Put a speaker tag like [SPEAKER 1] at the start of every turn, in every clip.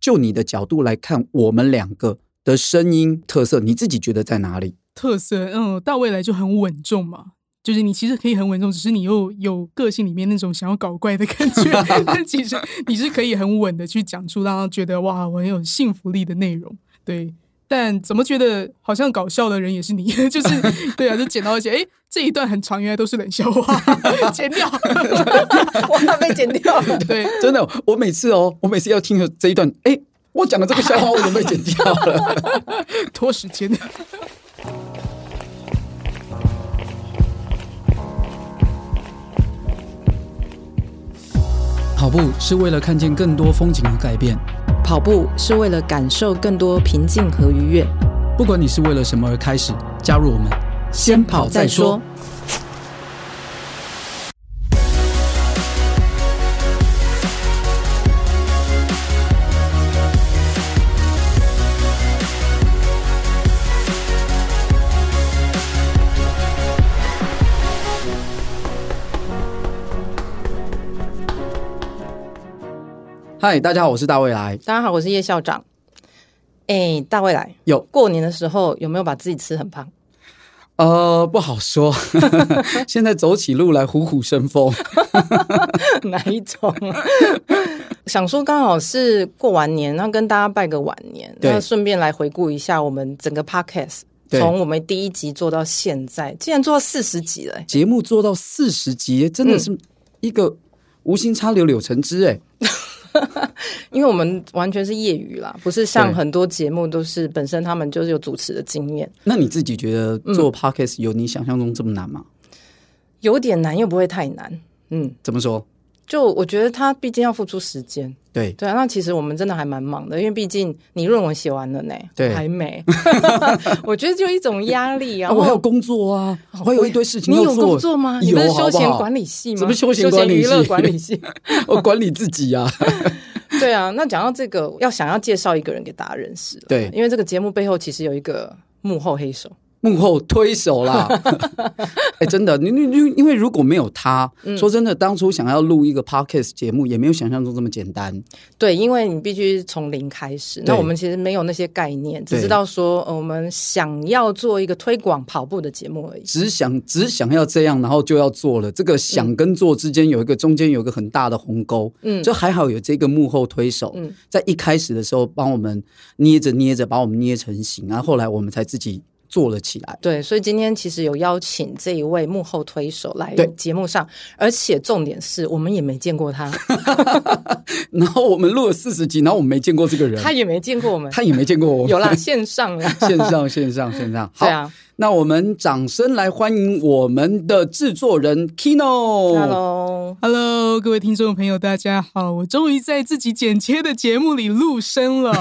[SPEAKER 1] 就你的角度来看，我们两个的声音特色，你自己觉得在哪里？
[SPEAKER 2] 特色，嗯，到未来就很稳重嘛。就是你其实可以很稳重，只是你又有个性里面那种想要搞怪的感觉， 但其实你是可以很稳的去讲出让他觉得哇，我很有信服力的内容。对，但怎么觉得好像搞笑的人也是你？ 就是对啊，就剪到一些，哎，这一段很长，原来都是冷笑话，剪掉。
[SPEAKER 3] 哇，被剪掉了。
[SPEAKER 2] 对，
[SPEAKER 1] 真的，我每次哦，我每次要听这一段，哎，我讲的这个笑话我怎么被剪掉 了？
[SPEAKER 2] 拖时间。
[SPEAKER 1] 跑步是为了看见更多风景和改变。
[SPEAKER 3] 跑步是为了感受更多平静和愉悦。
[SPEAKER 1] 不管你是为了什么而开始，加入我们，
[SPEAKER 3] 先跑再说。
[SPEAKER 1] 嗨，大家好，我是大未来。
[SPEAKER 3] 大家好，我是叶校长。哎、大未来，
[SPEAKER 1] 有
[SPEAKER 3] 过年的时候有没有把自己吃很胖？
[SPEAKER 1] 呃，不好 说，现在走起路来虎虎生风。
[SPEAKER 3] 哪一种、啊？ 想说刚好是过完年，然后跟大家拜个晚年，
[SPEAKER 1] 对
[SPEAKER 3] 那顺便来回顾一下我们整个 podcast，
[SPEAKER 1] 对
[SPEAKER 3] 从我们第一集做到现在，竟然做到四十集了、哎
[SPEAKER 1] 节目做到四十集，真的是一个无心插柳柳成枝哎。
[SPEAKER 3] 因为我们完全是业余啦，不是像
[SPEAKER 1] 对
[SPEAKER 3] 很多节目都是本身他们就是有主持的经验，
[SPEAKER 1] 那你自己觉得
[SPEAKER 3] 嗯
[SPEAKER 1] 做 podcast 有你想象中这么难吗？
[SPEAKER 3] 有点难又不会太难。嗯，
[SPEAKER 1] 怎么说？
[SPEAKER 3] 就我觉得他毕竟要付出时间，
[SPEAKER 1] 对，
[SPEAKER 3] 对啊，那其实我们真的还蛮忙的，因为毕竟你论文写完了呢，
[SPEAKER 1] 对
[SPEAKER 3] 还没，我觉得就一种压力啊。
[SPEAKER 1] 啊，我还有工作啊，我还有一堆事情
[SPEAKER 3] 哦你
[SPEAKER 1] 要
[SPEAKER 3] 有
[SPEAKER 1] 做。
[SPEAKER 3] 工作吗？你不
[SPEAKER 1] 有
[SPEAKER 3] 是休闲
[SPEAKER 1] 好不好
[SPEAKER 3] 管理系吗？
[SPEAKER 1] 什么休闲管理系
[SPEAKER 3] 休闲娱乐管理系？
[SPEAKER 1] 我管理自己 啊。
[SPEAKER 3] 对啊，那讲到这个，要想要介绍一个人给大家认识了，
[SPEAKER 1] 对
[SPEAKER 3] 因为这个节目背后其实有一个幕后黑手，
[SPEAKER 1] 幕后推手 啦。哎、真的，你你你，因为如果没有他，
[SPEAKER 3] 嗯
[SPEAKER 1] 说真的，当初想要录一个 podcast 节目，也没有想象中这么简单。
[SPEAKER 3] 对，因为你必须从零开始。那
[SPEAKER 1] 对
[SPEAKER 3] 我们其实没有那些概念，只
[SPEAKER 1] 对
[SPEAKER 3] 知道说、呃、我们想要做一个推广跑步的节目而已。
[SPEAKER 1] 只想只想要这样，然后就要做了。
[SPEAKER 3] 嗯
[SPEAKER 1] 这个想跟做之间有一个中间有一个很大的鸿沟，
[SPEAKER 3] 嗯
[SPEAKER 1] 就还好有这个幕后推手，
[SPEAKER 3] 嗯
[SPEAKER 1] 在一开始的时候帮我们捏着捏着，把我们捏成型，啊然后后来我们才自己做了起来。
[SPEAKER 3] 对，所以今天其实有邀请这一位幕后推手来
[SPEAKER 1] 对
[SPEAKER 3] 节目上，而且重点是我们也没见过他，
[SPEAKER 1] 然后我们录了四十集，然后我们没见过这个人，
[SPEAKER 3] 他也没见过我们，
[SPEAKER 1] 他也没见过我
[SPEAKER 3] 有啦，线上 啦，
[SPEAKER 1] 线上线上线上，好
[SPEAKER 3] 对，啊
[SPEAKER 1] 那我们掌声来欢迎我们的制作人 Kino。
[SPEAKER 3] ，Hello，
[SPEAKER 2] Hello，各位听众朋友，大家好！我终于在自己剪切的节目里录声了，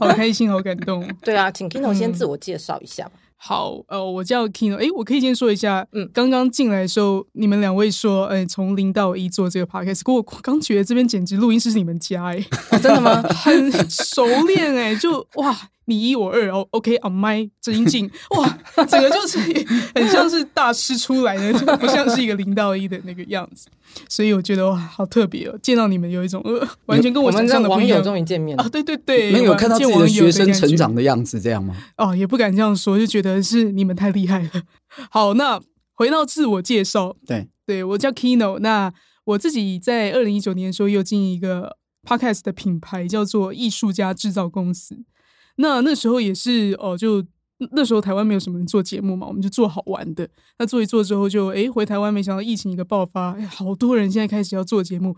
[SPEAKER 2] 好开心，好感动。
[SPEAKER 3] 对啊，请 Kino 先自我介绍一下吧。
[SPEAKER 1] 嗯
[SPEAKER 2] 好，呃，我叫 Kino，诶，我可以先说一下，
[SPEAKER 3] 嗯
[SPEAKER 2] 嗯，刚刚进来的时候，你们两位说，哎、从零到一做这个 podcast，可我刚觉得这边简直录音室是你们家、诶，
[SPEAKER 3] 哦真的吗？
[SPEAKER 2] 很熟练哎、就哇，你一我二哦，OK on my 真音镜，哇，整个就是很像是大师出来的， 就不像是一个零到一的那个样子，所以我觉得哇，好特别哦，见到你们有一种呃，完全跟
[SPEAKER 3] 我
[SPEAKER 2] 想
[SPEAKER 3] 们
[SPEAKER 2] 象
[SPEAKER 3] 跟
[SPEAKER 2] 的不
[SPEAKER 3] 网
[SPEAKER 2] 一样
[SPEAKER 3] 友终于见面了
[SPEAKER 2] 啊，。对对对，
[SPEAKER 1] 没有
[SPEAKER 2] 哇
[SPEAKER 1] 看到自
[SPEAKER 2] 见
[SPEAKER 1] 己
[SPEAKER 2] 网
[SPEAKER 1] 的
[SPEAKER 2] 友
[SPEAKER 1] 学生
[SPEAKER 2] 感觉
[SPEAKER 1] 成长的样子，这样吗？
[SPEAKER 2] 哦，也不敢这样说，就觉得是你们太厉害了。好，那回到自我介绍，
[SPEAKER 1] 对，
[SPEAKER 2] 对我叫 Kino，那我自己在二零一九年的时候又进一个 podcast 的品牌，叫做艺术家制造公司。那那时候也是哦，就那时候台湾没有什么人做节目嘛，我们就做好玩的。那做一做之后就，诶回台湾，没想到疫情一个爆发，诶好多人现在开始要做节目，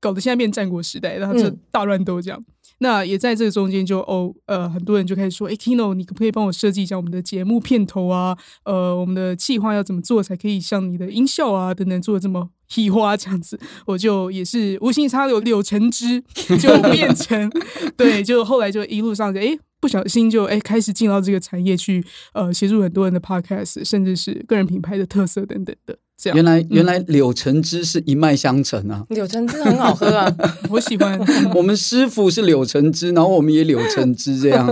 [SPEAKER 2] 搞得现在变战国时代，然后这
[SPEAKER 3] 嗯
[SPEAKER 2] 大乱斗这样。那也在这个中间就哦呃，很多人就开始说，诶 k i n o 你可不可以帮我设计一下我们的节目片头啊？呃，我们的企划要怎么做才可以像你的音效啊等等做的这么喜花这样子？我就也是无心插柳柳成枝，就变成 对，就后来就一路上就诶不小心就诶开始进到这个产业去，呃，协助很多人的 podcast，甚至是个人品牌的特色等等的。这
[SPEAKER 1] 原
[SPEAKER 2] 样，
[SPEAKER 1] 来原来柳橙汁是一脉相承啊。
[SPEAKER 3] 柳橙汁很好喝 啊，
[SPEAKER 2] 我喜欢。
[SPEAKER 1] 我们师傅是柳橙汁，然后我们也柳橙汁这 样。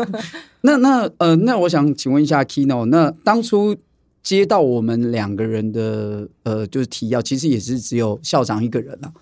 [SPEAKER 1] 那那呃，那我想请问一下 Kino，那当初接到我们两个人 的呃，就是提要，其实也是只有校长一个人啊。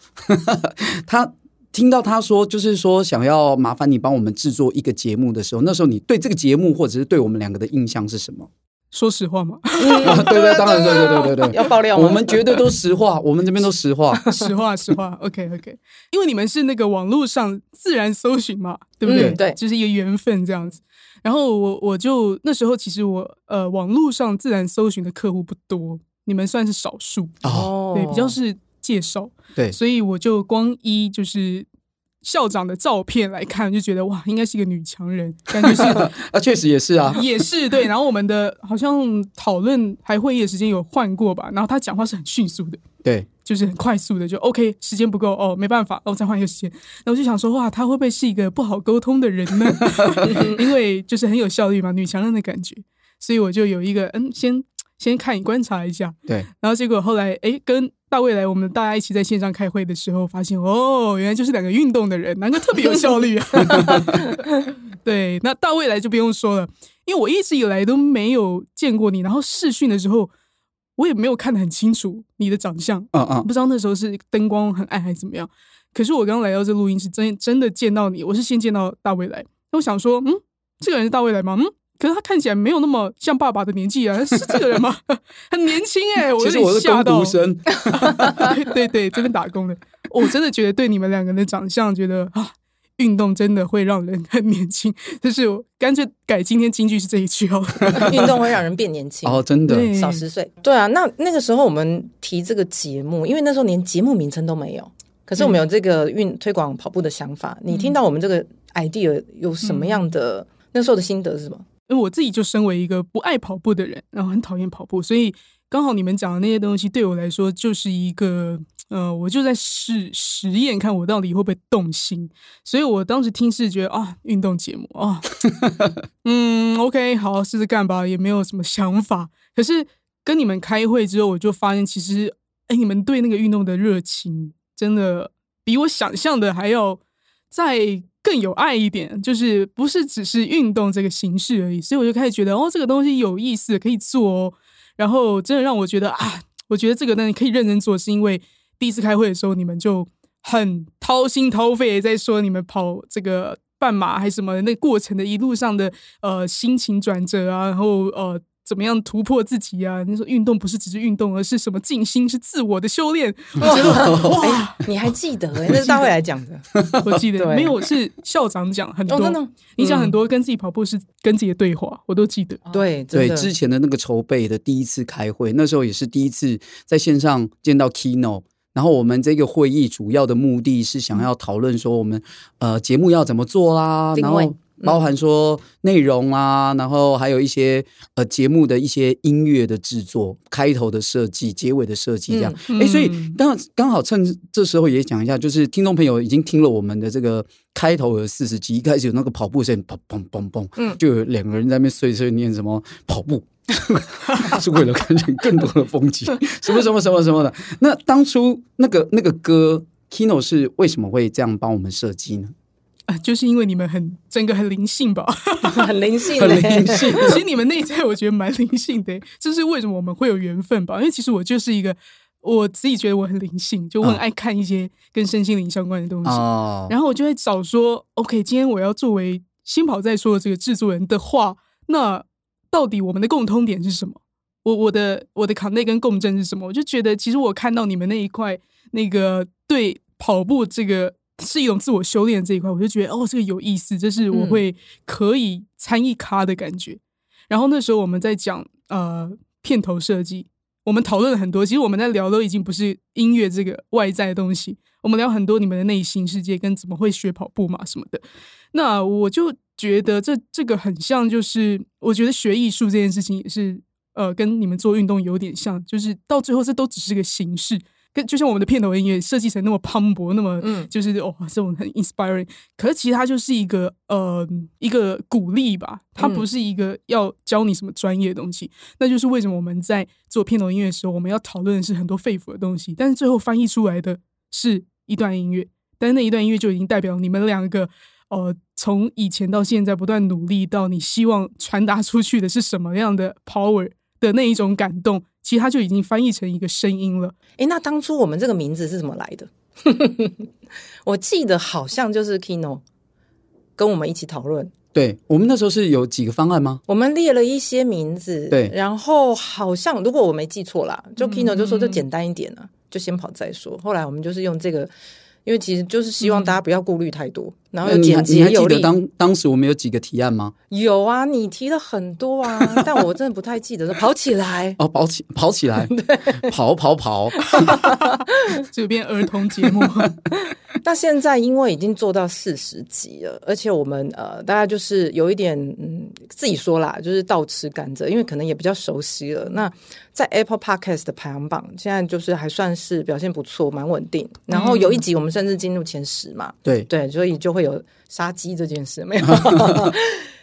[SPEAKER 1] 他听到他说，就是说想要麻烦你帮我们制作一个节目的时候，那时候你对这个节目或者是对我们两个的印象是什么？
[SPEAKER 2] 说实话嘛，
[SPEAKER 1] 啊对对，当然对对对对对，啊
[SPEAKER 3] 要爆料吗？
[SPEAKER 1] 我们绝对都实话，我们这边都实话。
[SPEAKER 2] 实话实话，OK OK，因为你们是那个网络上自然搜寻嘛，对不对？
[SPEAKER 3] 嗯对
[SPEAKER 2] 就是一个缘分这样子。然后我我就那时候其实我呃网络上自然搜寻的客户不多，你们算是少数，
[SPEAKER 1] 哦，
[SPEAKER 2] 对，比较是介绍，
[SPEAKER 1] 对
[SPEAKER 2] 所以我就光一就是。校长的照片来看，就觉得哇，应该是一个女强人，感觉 是
[SPEAKER 1] 啊，确实也是啊，
[SPEAKER 2] 也是对。然后我们的好像讨论还会议的时间有换过吧，然后他讲话是很迅速的，
[SPEAKER 1] 对，
[SPEAKER 2] 就是很快速的，就 OK，时间不够哦，没办法，哦，再换一个时间。然后我就想说，哇，他会不会是一个不好沟通的人呢？ 因为就是很有效率嘛，女强人的感觉，所以我就有一个嗯，先先看你观察一下，
[SPEAKER 1] 对，
[SPEAKER 2] 然后结果后来，哎，跟大未来我们大家一起在线上开会的时候，发现哦，原来就是两个运动的人，难怪特别有效率、啊。 对，那大未来就不用说了，因为我一直以来都没有见过你，然后试训的时候，我也没有看得很清楚你的长相，
[SPEAKER 1] 嗯嗯，
[SPEAKER 2] 不知道那时候是灯光很暗还是怎么样。可是我刚来到这录音室，真真的见到你，我是先见到大未来，那我想说，嗯，这个人是大未来吗？嗯。可是他看起来没有那么像爸爸的年纪啊，是这个人吗？ 很年轻哎、我
[SPEAKER 1] 其
[SPEAKER 2] 有
[SPEAKER 1] 实我
[SPEAKER 2] 点
[SPEAKER 1] 是
[SPEAKER 2] 吓
[SPEAKER 1] 工
[SPEAKER 2] 到
[SPEAKER 1] 读。生，
[SPEAKER 2] 对对对，这边打工的，我真的觉得对你们两个人的长相，觉得啊，运动真的会让人很年轻。就是我干脆改今天金句是这一句哦。
[SPEAKER 3] 运动会让人变年轻。
[SPEAKER 1] 哦，真的，
[SPEAKER 2] 对，
[SPEAKER 3] 少十岁，对啊，那那个时候我们提这个节目，因为那时候连节目名称都没有，可是我们有这个运推广跑步的想法。
[SPEAKER 2] 嗯
[SPEAKER 3] 你听到我们这个 idea 有什么样的、那时候的心得是什么？
[SPEAKER 2] 因为呃我自己就身为一个不爱跑步的人，然后很讨厌跑步，所以刚好你们讲的那些东西对我来说就是一个，呃，我就在试实验，看我到底会不会动心。所以我当时听是觉得啊，运动节目啊， 嗯，OK，好，试试看吧，也没有什么想法。可是跟你们开会之后，我就发现其实，哎，你们对那个运动的热情真的比我想象的还要再更有爱一点，就是不是只是运动这个形式而已。所以我就开始觉得，哦，这个东西有意思，可以做哦。然后真的让我觉得啊，我觉得这个呢，你可以认真做，是因为第一次开会的时候，你们就很掏心掏肺地在说你们跑这个半马还是什么那过程的一路上的呃心情转折啊，然后呃。怎么样突破自己啊？你说运动不是只是运动，而是什么静心，是自我的修炼。我觉得 哇，
[SPEAKER 3] 哎你还记得、 欸？那是大会来讲的，
[SPEAKER 2] 我记得
[SPEAKER 3] 对
[SPEAKER 2] 没有是校长讲很多，
[SPEAKER 3] 哦真的哦
[SPEAKER 2] 你讲很多跟自己跑步是跟自己的对话，我都记得。
[SPEAKER 3] 对，真
[SPEAKER 1] 对
[SPEAKER 3] 的
[SPEAKER 1] 之前的那个筹备的第一次开会，那时候也是第一次在线上见到 Kino。然后我们这个会议主要的目的是想要讨论说我们呃节目要怎么做啦，
[SPEAKER 3] 定
[SPEAKER 1] 然
[SPEAKER 3] 位
[SPEAKER 2] 嗯
[SPEAKER 1] 后包含说内容啦，然后还有一些呃节目的一些音乐的制作、开头的设计、结尾的设计这样。
[SPEAKER 2] 嗯
[SPEAKER 1] 哎，所以
[SPEAKER 2] 嗯
[SPEAKER 1] 刚好刚好趁这时候也讲一下，就是听众朋友已经听了我们的这个开头有四十集，一开始有那个跑步声，砰砰砰砰，
[SPEAKER 3] 嗯
[SPEAKER 1] 就有两个人在那边碎碎念什么跑步。 是为了看见更多的风景，什么什么什么什么的。那当初那个那个歌，Kino 是为什么会这样帮我们设计呢？
[SPEAKER 2] 啊，就是因为你们很整个很灵性吧？
[SPEAKER 3] 很灵 性、欸，
[SPEAKER 1] 很灵 性，
[SPEAKER 2] 其实你们内在我觉得蛮灵性的，这是为什么我们会有缘分吧？因为其实我就是一个我自己觉得我很灵性，就我很
[SPEAKER 1] 嗯
[SPEAKER 2] 爱看一些跟身心灵相关的东西。
[SPEAKER 1] 哦，
[SPEAKER 2] 然后我就会找说，OK，今天我要作为新跑再说的这个制作人的话，那到底我们的共通点是什么？我我的我的扛内跟共振是什么？我就觉得，其实我看到你们那一块，那个对跑步这个是一种自我修炼的这一块，我就觉得哦，这个有意思，这是我
[SPEAKER 3] 嗯
[SPEAKER 2] 会可以参与咖的感觉。然后那时候我们在讲呃片头设计，我们讨论了很多。其实我们在聊都已经不是音乐这个外在的东西，我们聊很多你们的内心世界跟怎么会学跑步嘛什么的。那我就觉得这这个很像，就是我觉得学艺术这件事情也是呃跟你们做运动有点像，就是到最后这都只是个形式。跟就像我们的片头音乐设计成那么磅礴，那么
[SPEAKER 3] 嗯
[SPEAKER 2] 就是哇、这种很 inspiring，可是其实它就是一个呃一个鼓励吧，它不
[SPEAKER 3] 嗯
[SPEAKER 2] 是一个要教你什么专业的东西。那就是为什么我们在做片头音乐的时候，我们要讨论的是很多肺腑的东西，但是最后翻译出来的是一段音乐，但是那一段音乐就已经代表你们两个。呃，从以前到现在不断努力，到你希望传达出去的是什么样的 power 的那一种感动，其实它就已经翻译成一个声音了。
[SPEAKER 3] 哎、那当初我们这个名字是怎么来的？ 我记得好像就是 Kino 跟我们一起讨论，
[SPEAKER 1] 对我们那时候是有几个方案吗？
[SPEAKER 3] 我们列了一些名字，
[SPEAKER 1] 对嗯
[SPEAKER 3] 然后好像如果我没记错啦，就 Kino 就说就简单一点啊，就先跑再说。后来我们就是用这个，因为其实就是希望大家不要顾虑太多，然后
[SPEAKER 1] 那
[SPEAKER 3] 又
[SPEAKER 1] 嗯呃你还
[SPEAKER 3] 简
[SPEAKER 1] 你还
[SPEAKER 3] 洁
[SPEAKER 1] 记
[SPEAKER 3] 有
[SPEAKER 1] 得
[SPEAKER 3] 力。
[SPEAKER 1] 当当时我们有几个提案吗？
[SPEAKER 3] 有啊，你提了很多啊，但我真的不太记得了。跑起来，
[SPEAKER 1] 哦，跑起跑起来，跑跑跑，
[SPEAKER 2] 就变儿童节目，
[SPEAKER 3] 那现在因为已经做到四十集了，而且我们呃，大家就是有一点嗯，自己说啦，就是倒吃甘蔗，因为可能也比较熟悉了。那在 Apple Podcast 的排行榜，现在就是还算是表现不错，蛮稳定。然后有一集我们甚至进入前十嘛，
[SPEAKER 1] 对，
[SPEAKER 3] 对，所以就会有杀鸡这件事，没有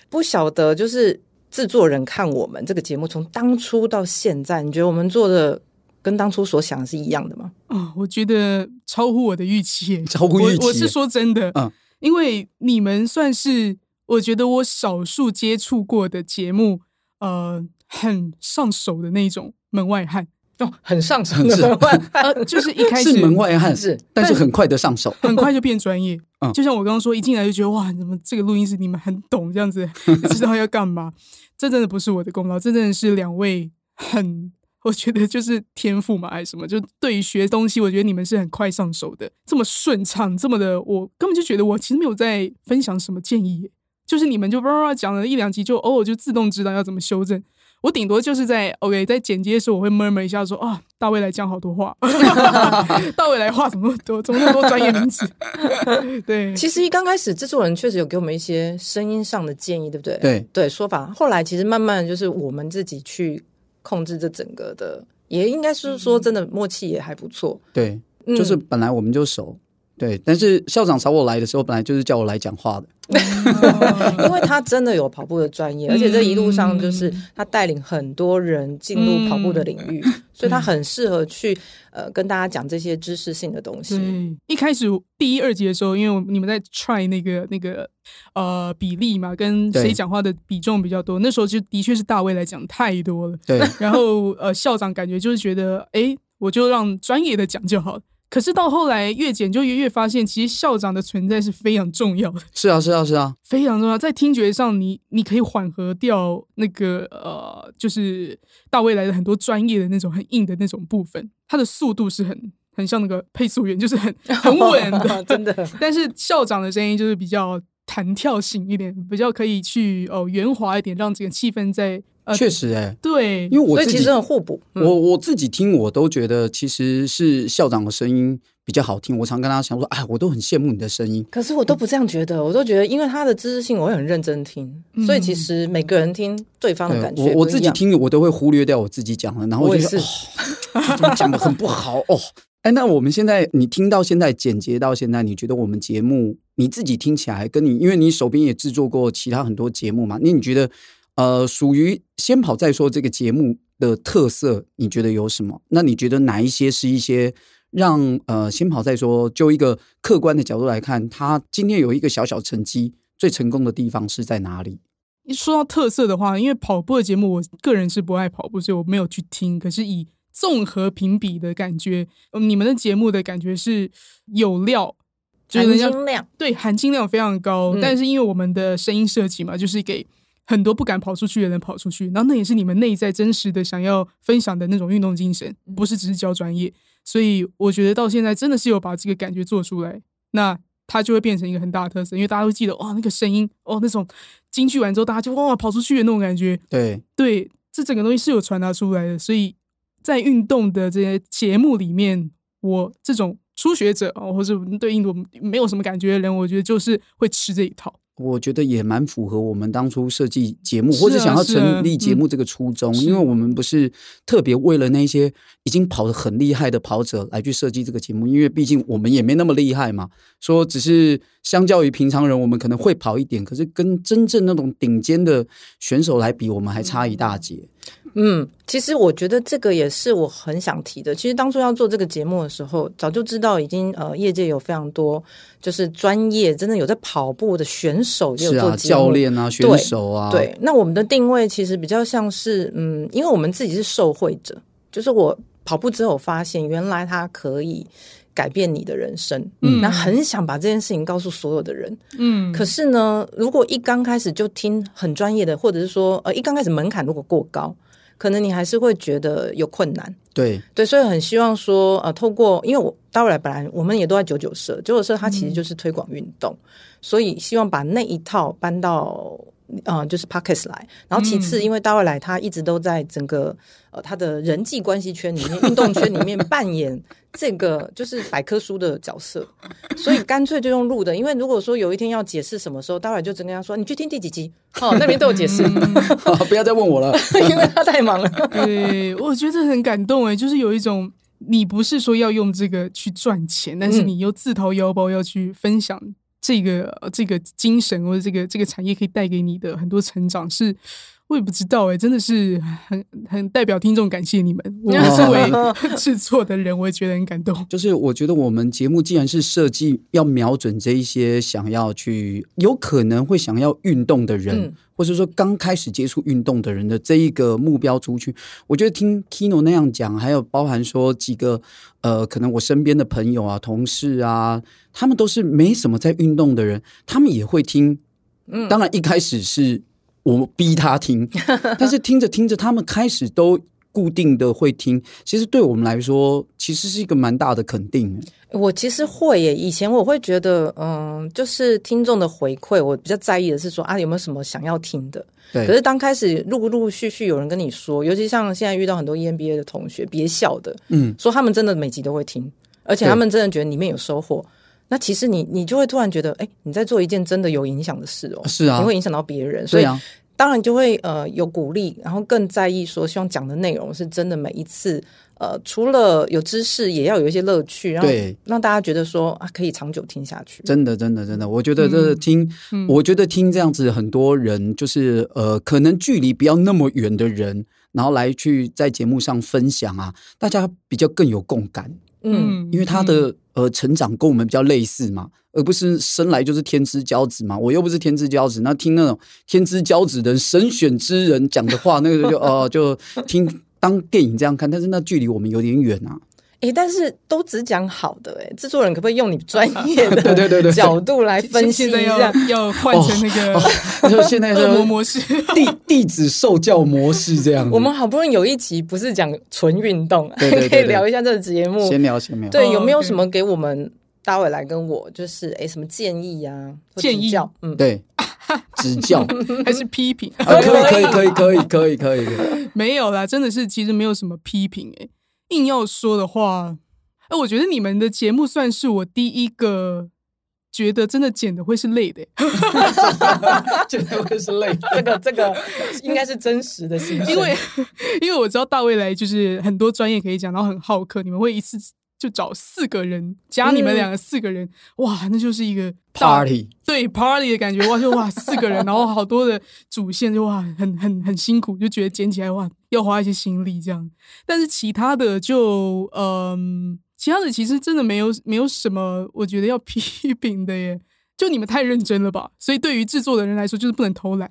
[SPEAKER 3] 不晓得就是制作人看我们这个节目从当初到现在，你觉得我们做的跟当初所想的是一样的吗？
[SPEAKER 2] 啊，我觉得超乎我的预期耶，
[SPEAKER 1] 超乎预期
[SPEAKER 2] 我。我是说真的，
[SPEAKER 1] 嗯
[SPEAKER 2] 因为你们算是我觉得我少数接触过的节目，呃，很上手的那种门外汉，
[SPEAKER 3] 哦，很上手
[SPEAKER 1] 很 上
[SPEAKER 3] 的
[SPEAKER 2] 呃，就是一开始
[SPEAKER 1] 是门外汉，
[SPEAKER 3] 是
[SPEAKER 1] 但是很快的上手。
[SPEAKER 2] 很快就变专业。
[SPEAKER 1] 嗯
[SPEAKER 2] 就像我刚刚说，一进来就觉得哇，怎么这个录音室你们很懂这 样子，知道要干嘛？这真的不是我的功劳，这真的是两位很，我觉得就是天赋嘛，还是什么？就对于学东西，我觉得你们是很快上手的，这么顺畅，这么的，我根本就觉得我其实没有在分享什么建议耶，就是你们就叭叭叭讲了一两集，就偶尔就自动知道要怎么修正。我顶多就是在 OK 在剪接的时候，我会 murmur 一下说啊，大卫来讲好多话， 大卫来话怎么那么多，怎么那么多专业名词？ 对，
[SPEAKER 3] 嗯其实一刚开始，制作人确实有给我们一些声音上的建议，对不对？
[SPEAKER 1] 对
[SPEAKER 3] 说法。后来其实慢慢就是我们自己去控制这整个的，也应该是说真的默契也还不错。
[SPEAKER 1] 对，
[SPEAKER 3] 嗯
[SPEAKER 1] 就是本来我们就熟，对，但是校长找我来的时候，本来就是叫我来讲话的。
[SPEAKER 2] 嗯
[SPEAKER 3] 因为他真的有跑步的 专业，而且这一路上就是他带领很多人进入跑步的领域，
[SPEAKER 1] 嗯
[SPEAKER 3] 所以他很适合去呃跟大家讲这些知识性的东
[SPEAKER 1] 嗯
[SPEAKER 3] 西。
[SPEAKER 2] 对，一开始第一、二集的时候，因为我你们在 try 那个那个呃比例嘛，跟
[SPEAKER 1] 对
[SPEAKER 2] 谁讲话的比重比较多，那时候就的确是大卫来讲太多了。
[SPEAKER 1] 对，
[SPEAKER 2] 然后呃，校长感觉就是觉得，哎，我就让专业的讲就好了。可是到后来越剪就越越发现，其实校长的存在是非常重要的，
[SPEAKER 1] 是啊，是啊，是啊，
[SPEAKER 2] 非常重要。在听觉上你，你可以缓和掉那个呃，就是大卫来的很多专业的那种很硬的那种部分，它的速度是很很像那个配速员，就是很很稳的，
[SPEAKER 3] 真的。
[SPEAKER 2] 但是校长的声音就是比较弹跳型一点，比较可以去哦圆滑一点，让整个气氛在呃
[SPEAKER 1] 确实哎、
[SPEAKER 2] 对，
[SPEAKER 1] 因为我
[SPEAKER 3] 所以
[SPEAKER 1] 自
[SPEAKER 3] 其
[SPEAKER 1] 己
[SPEAKER 3] 实很互补。嗯
[SPEAKER 1] 我我自己听，我都觉得其实是校长的声音比较好听。我常跟他想说，哎，我都很羡慕你的声音。
[SPEAKER 3] 可是我都不这样觉得，我都觉得，因为他的知识性，我会很认真听，
[SPEAKER 2] 嗯
[SPEAKER 3] 所以其实每个人听对方的
[SPEAKER 1] 对
[SPEAKER 3] 感
[SPEAKER 1] 嗯
[SPEAKER 3] 觉
[SPEAKER 1] 我我
[SPEAKER 3] 不
[SPEAKER 1] 自
[SPEAKER 3] 一
[SPEAKER 1] 己
[SPEAKER 3] 样，
[SPEAKER 1] 听，我都会忽略掉我自己讲的，然后
[SPEAKER 3] 我也
[SPEAKER 1] 就是哦，这怎么讲的很不好哦。哎，那我们现在你听到现在剪辑到现在，你觉得我们节目你自己听起来跟你，因为你手边也制作过其他很多节目嘛，那你觉得呃，属于先跑再说这个节目的特色，你觉得有什么？那你觉得哪一些是一些让呃先跑再说，就一个客观的角度来看，它今天有一个小小成绩，最成功的地方是在哪里？
[SPEAKER 2] 一说到特色的话，因为跑步的节目，我个人是不爱跑步，所以我没有去听。可是以综合评比的感觉，嗯你们的节目的感觉是有料，就是人
[SPEAKER 3] 含
[SPEAKER 2] 家
[SPEAKER 3] 金量。
[SPEAKER 2] 对含金量非常高。
[SPEAKER 3] 嗯
[SPEAKER 2] 但是因为我们的声音设计嘛，就是给很多不敢跑出去的人跑出去，然后那也是你们内在真实的想要分享的那种运动精神，不是只是教专业。所以我觉得到现在真的是有把这个感觉做出来，那它就会变成一个很大的特色，因为大家会记得哇那个声音哦那种京剧完之后大家就哇跑出去的那种感觉，
[SPEAKER 1] 对，
[SPEAKER 2] 对，这整个东西是有传达出来的，所以在运动的这些节目里面，我这种初学者哦，或者对运动没有什么感觉的人，我觉得就是会吃这一套。
[SPEAKER 1] 我觉得也蛮符合我们当初设计节目，
[SPEAKER 2] 是啊
[SPEAKER 1] 或者想要
[SPEAKER 2] 是啊
[SPEAKER 1] 成立节目这个初衷，
[SPEAKER 2] 嗯
[SPEAKER 1] 因为我们不是特别为了那些已经跑得很厉害的跑者来去设计这个节目，因为毕竟我们也没那么厉害嘛。说只是相较于平常人，我们可能会跑一点，可是跟真正那种顶尖的选手来比，我们还差一大截。
[SPEAKER 3] 嗯，其实我觉得这个也是我很想提的。其实当初要做这个节目的时候，早就知道已经呃，业界有非常多就是专业真的有在跑步的选手也有
[SPEAKER 1] 是
[SPEAKER 3] 做
[SPEAKER 1] 啊，
[SPEAKER 3] 节目
[SPEAKER 1] 教练啊，选
[SPEAKER 3] 对
[SPEAKER 1] 手啊，
[SPEAKER 3] 对，那我们的定位其实比较像是，嗯，因为我们自己是受惠者，就是我跑步之后发现，原来它可以改变你的人生，
[SPEAKER 2] 嗯
[SPEAKER 3] 那很想把这件事情告诉所有的人。
[SPEAKER 2] 嗯，
[SPEAKER 3] 可是呢，如果一刚开始就听很专业的，或者是说呃一刚开始门槛如果过高，可能你还是会觉得有困难。
[SPEAKER 1] 对，
[SPEAKER 3] 对，所以很希望说，呃，透过因为我到来本来我们也都在九九社，九九社它其实就是推广运动，所以希望把那一套搬到呃就是 Pockets 来。然后其次，因为到来他一直都在整个呃他的人际关系圈里面、运动圈里面扮演这个就是百科书的角色，所以干脆就用录的。因为如果说有一天要解释什么时候，到来就只跟他说你去听第几集，哦，那边都有解释，
[SPEAKER 1] 不要再问我了。
[SPEAKER 3] 因为他太忙了。
[SPEAKER 2] 对，我觉得很感动哎，就是有一种你不是说要用这个去赚钱，但是
[SPEAKER 3] 嗯
[SPEAKER 2] 你又自掏腰包要去分享这个呃这个精神或者这个这个产业可以带给你的很多成长是。我也不知道哎、真的是很很代表听众感谢你们。我作 为制作的人，我也觉得很感动。
[SPEAKER 1] 就是我觉得我们节目既然是设计要瞄准这一些想要去有可能会想要运动的人，
[SPEAKER 3] 嗯
[SPEAKER 1] 或者说刚开始接触运动的人的这一个目标族群，我觉得听 Kino 那样讲，还有包含说几个呃，可能我身边的朋友啊、同事啊，他们都是没什么在运动的人，他们也会听。嗯，当然一开始是我逼他 听，但是听着听着，他们开始都。固定的会听，其实对我们来说，其实是一个蛮大的肯定。
[SPEAKER 3] 我其实会耶，以前我会觉得，嗯，就是听众的回馈，我比较在意的是说啊，有没有什么想要听的？
[SPEAKER 1] 对，
[SPEAKER 3] 可是当开始陆陆续续有人跟你说，尤其像现在遇到很多 E EMBA 的同学，别笑的，
[SPEAKER 1] 嗯，
[SPEAKER 3] 说他们真的每集都会听，而且
[SPEAKER 1] 对
[SPEAKER 3] 他们真的觉得里面有收获。那其实你你就会突然觉得，哎，你在做一件真的有影响的事哦，
[SPEAKER 1] 是啊
[SPEAKER 3] 你会影响到别人，所
[SPEAKER 1] 对
[SPEAKER 3] 以
[SPEAKER 1] 啊，
[SPEAKER 3] 当然就会呃有鼓励，然后更在意说，希望讲的内容是真的每一次呃，除了有知识，也要有一些乐趣，然后
[SPEAKER 1] 对
[SPEAKER 3] 让大家觉得说啊，可以长久听下去。
[SPEAKER 1] 真的，真的，真的，我觉得这
[SPEAKER 2] 嗯
[SPEAKER 1] 听，我觉得听这样子，很多人就是呃，可能距离不要那么远的人，然后来去在节目上分享啊，大家比较更有共感，
[SPEAKER 3] 嗯，
[SPEAKER 1] 因为他的、呃成长跟我们比较类似嘛，而不是生来就是天之骄子嘛。我又不是天之骄子，那听那种天之骄子的神选之人讲的话，那个就哦、就听当电影这样看，但是那距离我们有点远啊。
[SPEAKER 3] 诶，但是都只讲好的、 诶，制作人可不可以用你专业的
[SPEAKER 1] 对对对对
[SPEAKER 3] 角度来分析
[SPEAKER 2] 现在
[SPEAKER 3] 一下
[SPEAKER 1] 嗯
[SPEAKER 3] 哦
[SPEAKER 2] 要？要换成那个
[SPEAKER 1] 哦 就现在
[SPEAKER 2] 恶魔
[SPEAKER 1] 说
[SPEAKER 2] 模式，
[SPEAKER 1] 弟弟子受教模式这样子，
[SPEAKER 3] 我们好不容易有一集不是讲纯运动，啊
[SPEAKER 1] 对对对嗯
[SPEAKER 3] 可以
[SPEAKER 1] 对
[SPEAKER 3] 聊一下这个节目。
[SPEAKER 1] 闲聊闲聊。
[SPEAKER 3] 对，
[SPEAKER 2] 哦
[SPEAKER 3] 有没有
[SPEAKER 2] ，OK
[SPEAKER 3] 什么给我们大伟来跟我就是诶什么建议啊？或
[SPEAKER 2] 建议
[SPEAKER 3] 指教嗯，
[SPEAKER 1] 对，指教
[SPEAKER 2] 还是批评？
[SPEAKER 1] 啊，可以可以可以可以可以可以可以，
[SPEAKER 2] 没有啦，真的是其实没有什么批评诶、硬要说的话，哎、我觉得你们的节目算是我第一个觉得真的剪的会是累的、欸，
[SPEAKER 1] 真的会是累。
[SPEAKER 3] 这个这个应该是真实的心声，
[SPEAKER 2] 因 为因为我知道大未来就是很多专业可以讲，然后很好客，你们会一次就找四个人加你们两个四个人，哇，那就是一个大
[SPEAKER 1] Party，
[SPEAKER 2] 对 party 的感觉，哇，就哇四个人，然后好多的主线就哇很很很辛苦，就觉得捡起来哇要花一些心力这样。但是其他的就嗯，其他的其实真的没有没有什么，我觉得要批评的耶。就你们太认真了吧，所以对于制作的人来说，就是不能偷懒，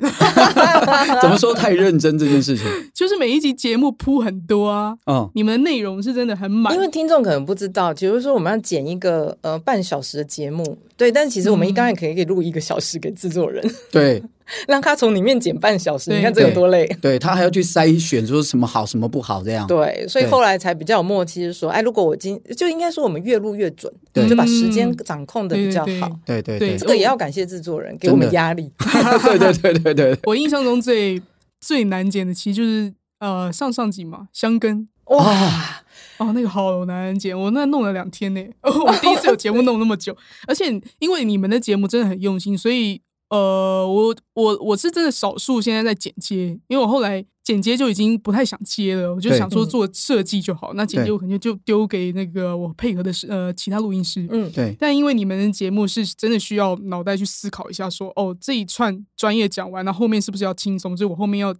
[SPEAKER 1] 怎么说太认真这件事情？
[SPEAKER 2] 就是每一集节目铺很多啊，
[SPEAKER 1] 嗯，
[SPEAKER 2] 你们的内容是真的很满
[SPEAKER 3] 因，为听众可能不知道，比如说我们要剪一个呃半小时的节目，对，但其实我们一刚才可以给录一个小时给制作人，
[SPEAKER 1] 对
[SPEAKER 3] 让他从里面剪半小时，
[SPEAKER 2] 对
[SPEAKER 3] 你看这有多累。
[SPEAKER 1] 对，他还要去筛选说什么好什么不好这样。
[SPEAKER 3] 对，所以
[SPEAKER 1] 对
[SPEAKER 3] 后来才比较有默契，是说，哎，如果我今就应该说我们越录越准，
[SPEAKER 1] 对
[SPEAKER 3] 就把时间掌控的比较好。
[SPEAKER 2] 对
[SPEAKER 1] 对对
[SPEAKER 2] 对对
[SPEAKER 1] 对
[SPEAKER 2] 对
[SPEAKER 3] 这个也要感谢制作人给我们
[SPEAKER 1] 真的
[SPEAKER 3] 压力。
[SPEAKER 1] 对对对对对，
[SPEAKER 2] 我印象中最最难剪的其实就是呃上上集嘛，香根，
[SPEAKER 1] 啊
[SPEAKER 3] 哇，
[SPEAKER 2] 哦，那个好难剪，我那弄了两天呢。 我第一次有节目弄那么久，而且因为你们的节目真的很用心，所以呃，我我我是真的少数现在在剪接，因为我后来剪接就已经不太想接了，我就
[SPEAKER 1] 对
[SPEAKER 2] 想说做设计就好。那剪接
[SPEAKER 1] 对
[SPEAKER 2] 我肯定就丢给那个我配合的是呃其他录音师。
[SPEAKER 3] 嗯，
[SPEAKER 1] 对
[SPEAKER 2] 但因为你们的节目是真的需要脑袋去思考一下说，哦这一串专业讲完，那后面是不是要轻松？就我后面要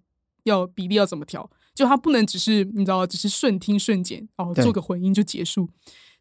[SPEAKER 2] 要比例要怎么调？就它不能只是你知道，只是顺听顺剪，哦，
[SPEAKER 1] 对
[SPEAKER 2] 做个混音就结束。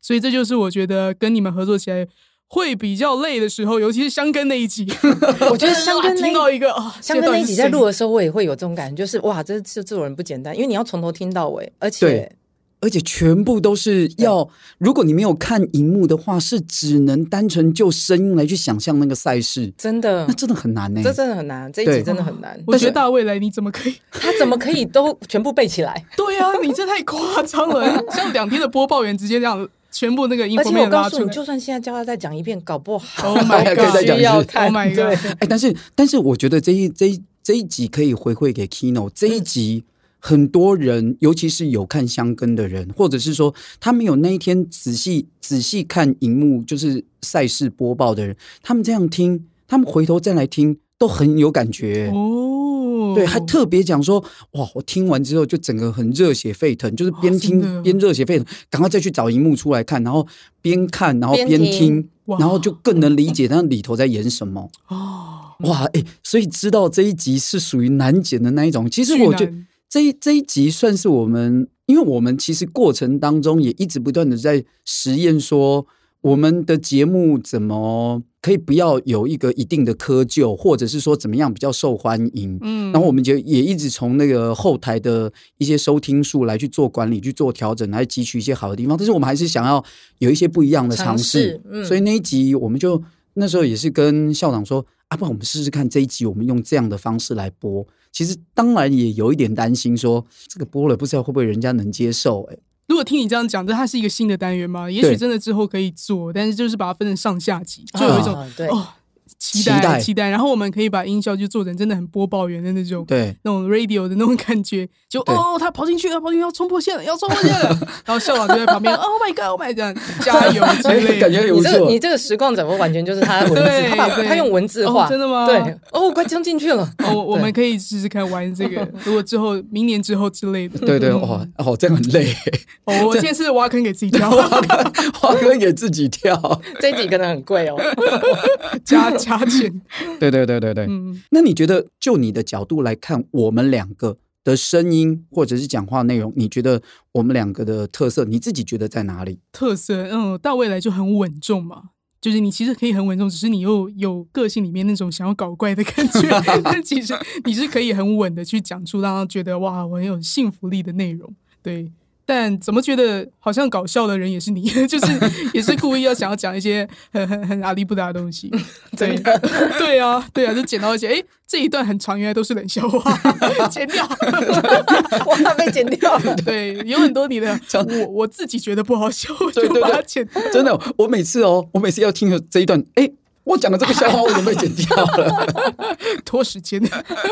[SPEAKER 2] 所以这就是我觉得跟你们合作起来会比较累的时候，尤其是香根那一集，
[SPEAKER 3] 我觉得香
[SPEAKER 2] 哇
[SPEAKER 3] 根那
[SPEAKER 2] 听到一个啊，
[SPEAKER 3] 香根那一集在录
[SPEAKER 2] 这到底是谁，
[SPEAKER 3] 的时候，我也会有这种感觉，就是哇，这这制作人不简单，因为你要从头听到尾，而
[SPEAKER 1] 对
[SPEAKER 3] 且
[SPEAKER 1] 而且全部都是要，如果你没有看荧幕的话，是只能单纯就声音来去想象那个赛事，
[SPEAKER 3] 真的
[SPEAKER 1] 那，真的很难欸呢、
[SPEAKER 3] 这真的很难，这一
[SPEAKER 1] 对
[SPEAKER 3] 集真的很难。
[SPEAKER 2] 我觉得大未来你怎么可以？
[SPEAKER 3] 他怎么可以都全部背起来？
[SPEAKER 2] 对啊，你这太夸张了！像两天的播报员直接这样全部那个音
[SPEAKER 3] 而
[SPEAKER 2] 符
[SPEAKER 3] 且
[SPEAKER 2] 面
[SPEAKER 3] 我
[SPEAKER 2] 拉
[SPEAKER 3] 告
[SPEAKER 2] 出
[SPEAKER 3] 诉你，
[SPEAKER 2] 来。
[SPEAKER 3] 就算现在叫他再讲一遍，搞不好
[SPEAKER 2] Oh my
[SPEAKER 1] 还可以再讲一次
[SPEAKER 3] 需要看
[SPEAKER 2] Oh my
[SPEAKER 3] 对
[SPEAKER 2] god！
[SPEAKER 1] 哎，但是但是，我觉得这一这一这一集可以回馈给 Kino 这
[SPEAKER 2] 嗯
[SPEAKER 1] 一集。很多人，尤其是有看香根的人，或者是说他们有那一天仔细仔细看荧幕，就是赛事播报的人，他们这样听，他们回头再来听，都很有感觉。
[SPEAKER 2] 哦，
[SPEAKER 1] 对，还特别讲说，哇，我听完之后就整个很热血沸腾，就是边
[SPEAKER 2] 哦真
[SPEAKER 1] 听、
[SPEAKER 2] 的哦
[SPEAKER 1] 边热血沸腾，赶快再去找荧幕出来看，然后边看然后
[SPEAKER 3] 边
[SPEAKER 1] 边
[SPEAKER 3] 听
[SPEAKER 1] 听，
[SPEAKER 2] 哇
[SPEAKER 1] 然后就更能理解那里头在演什么。
[SPEAKER 2] 哦，
[SPEAKER 1] 哇，哎、所以知道这一集是属于难剪的那一种。其实我觉
[SPEAKER 2] 巨
[SPEAKER 1] 得
[SPEAKER 2] 难
[SPEAKER 1] 这一这一集算是我们，因为我们其实过程当中也一直不断的在实验，说我们的节目怎么可以不要有一个一定的窠臼，或者是说怎么样比较受欢迎。
[SPEAKER 2] 嗯，
[SPEAKER 1] 然后我们就也一直从那个后台的一些收听数来去做管理、去做调整，来汲取一些好的地方。但是我们还是想要有一些不一样的尝试，
[SPEAKER 3] 尝试嗯
[SPEAKER 1] 所以那一集我们就那时候也是跟校长说啊，不然我们试试看这一集，我们用这样的方式来播。其实当然也有一点担心说，这个播了不知道会不会人家能接受、哎，
[SPEAKER 2] 如果听你这样讲，这它是一个新的单元嘛？也许
[SPEAKER 1] 对
[SPEAKER 2] 真的之后可以做，但是就是把它分成上下集，就有一种、
[SPEAKER 3] 啊对
[SPEAKER 2] 哦期
[SPEAKER 1] 期
[SPEAKER 2] 待
[SPEAKER 1] 待
[SPEAKER 2] 期待。然后我们可以把音效就做成真的很播报员的那种。
[SPEAKER 1] 对。
[SPEAKER 2] 那种 radio 的那种感觉，就
[SPEAKER 1] 对
[SPEAKER 2] 哦，他跑进去，要跑进去，要冲破线了，要冲破线 了。然后校长就在旁边 ，Oh my god，Oh my god，这样加油之
[SPEAKER 1] 哎、
[SPEAKER 2] 类
[SPEAKER 1] 感
[SPEAKER 2] 的。
[SPEAKER 1] 觉也不
[SPEAKER 3] 嗯你这个
[SPEAKER 1] 错
[SPEAKER 3] 你。这个实况转播完全就是他文字
[SPEAKER 2] 对
[SPEAKER 3] 化，
[SPEAKER 2] 对
[SPEAKER 3] 他用文字化，
[SPEAKER 2] 哦真的吗
[SPEAKER 3] 对，哦，快冲进去了，
[SPEAKER 2] 哦，我我
[SPEAKER 3] 对
[SPEAKER 2] 们可以试试看玩这 个，如果之后明年之后之类的。
[SPEAKER 1] 对对，
[SPEAKER 2] 嗯
[SPEAKER 1] 哦哦，这样很累，
[SPEAKER 2] 哦，我现在是挖坑给自己跳，
[SPEAKER 1] 花哥给自己 跳。
[SPEAKER 3] 这一集可能很贵哦。
[SPEAKER 2] 加加钱。
[SPEAKER 1] 对对对对对，
[SPEAKER 2] 嗯，
[SPEAKER 1] 那你觉得，就你的角度来看，我们两个的声音或者是讲话内容，你觉得我们两个的特色，你自己觉得在哪里？
[SPEAKER 2] 特色，嗯，到未来就很稳重嘛。就是你其实可以很稳重，只是你又有个性里面那种想要搞怪的感 觉，但其实你是可以很稳的去讲出让他觉得哇，我很有幸福力的内容。对，但怎么觉得好像搞笑的人也是你， 就是也是故意要想要讲一些很很很阿里不达的 东西。对， 对啊，对啊，就剪到一些哎，诶这一段很长，原来都是冷笑话， 剪 掉。
[SPEAKER 3] 哇，被剪掉了。
[SPEAKER 2] 对，有很多你的
[SPEAKER 1] 这，样
[SPEAKER 2] 我我自己觉得不好笑，我
[SPEAKER 1] 对
[SPEAKER 2] 就
[SPEAKER 1] 对
[SPEAKER 2] 把它
[SPEAKER 1] 对
[SPEAKER 2] 剪
[SPEAKER 1] 真的，我每次哦，我每次要听了这一段，哎，我讲的这个笑话，我怎么被剪掉了？
[SPEAKER 2] 拖时间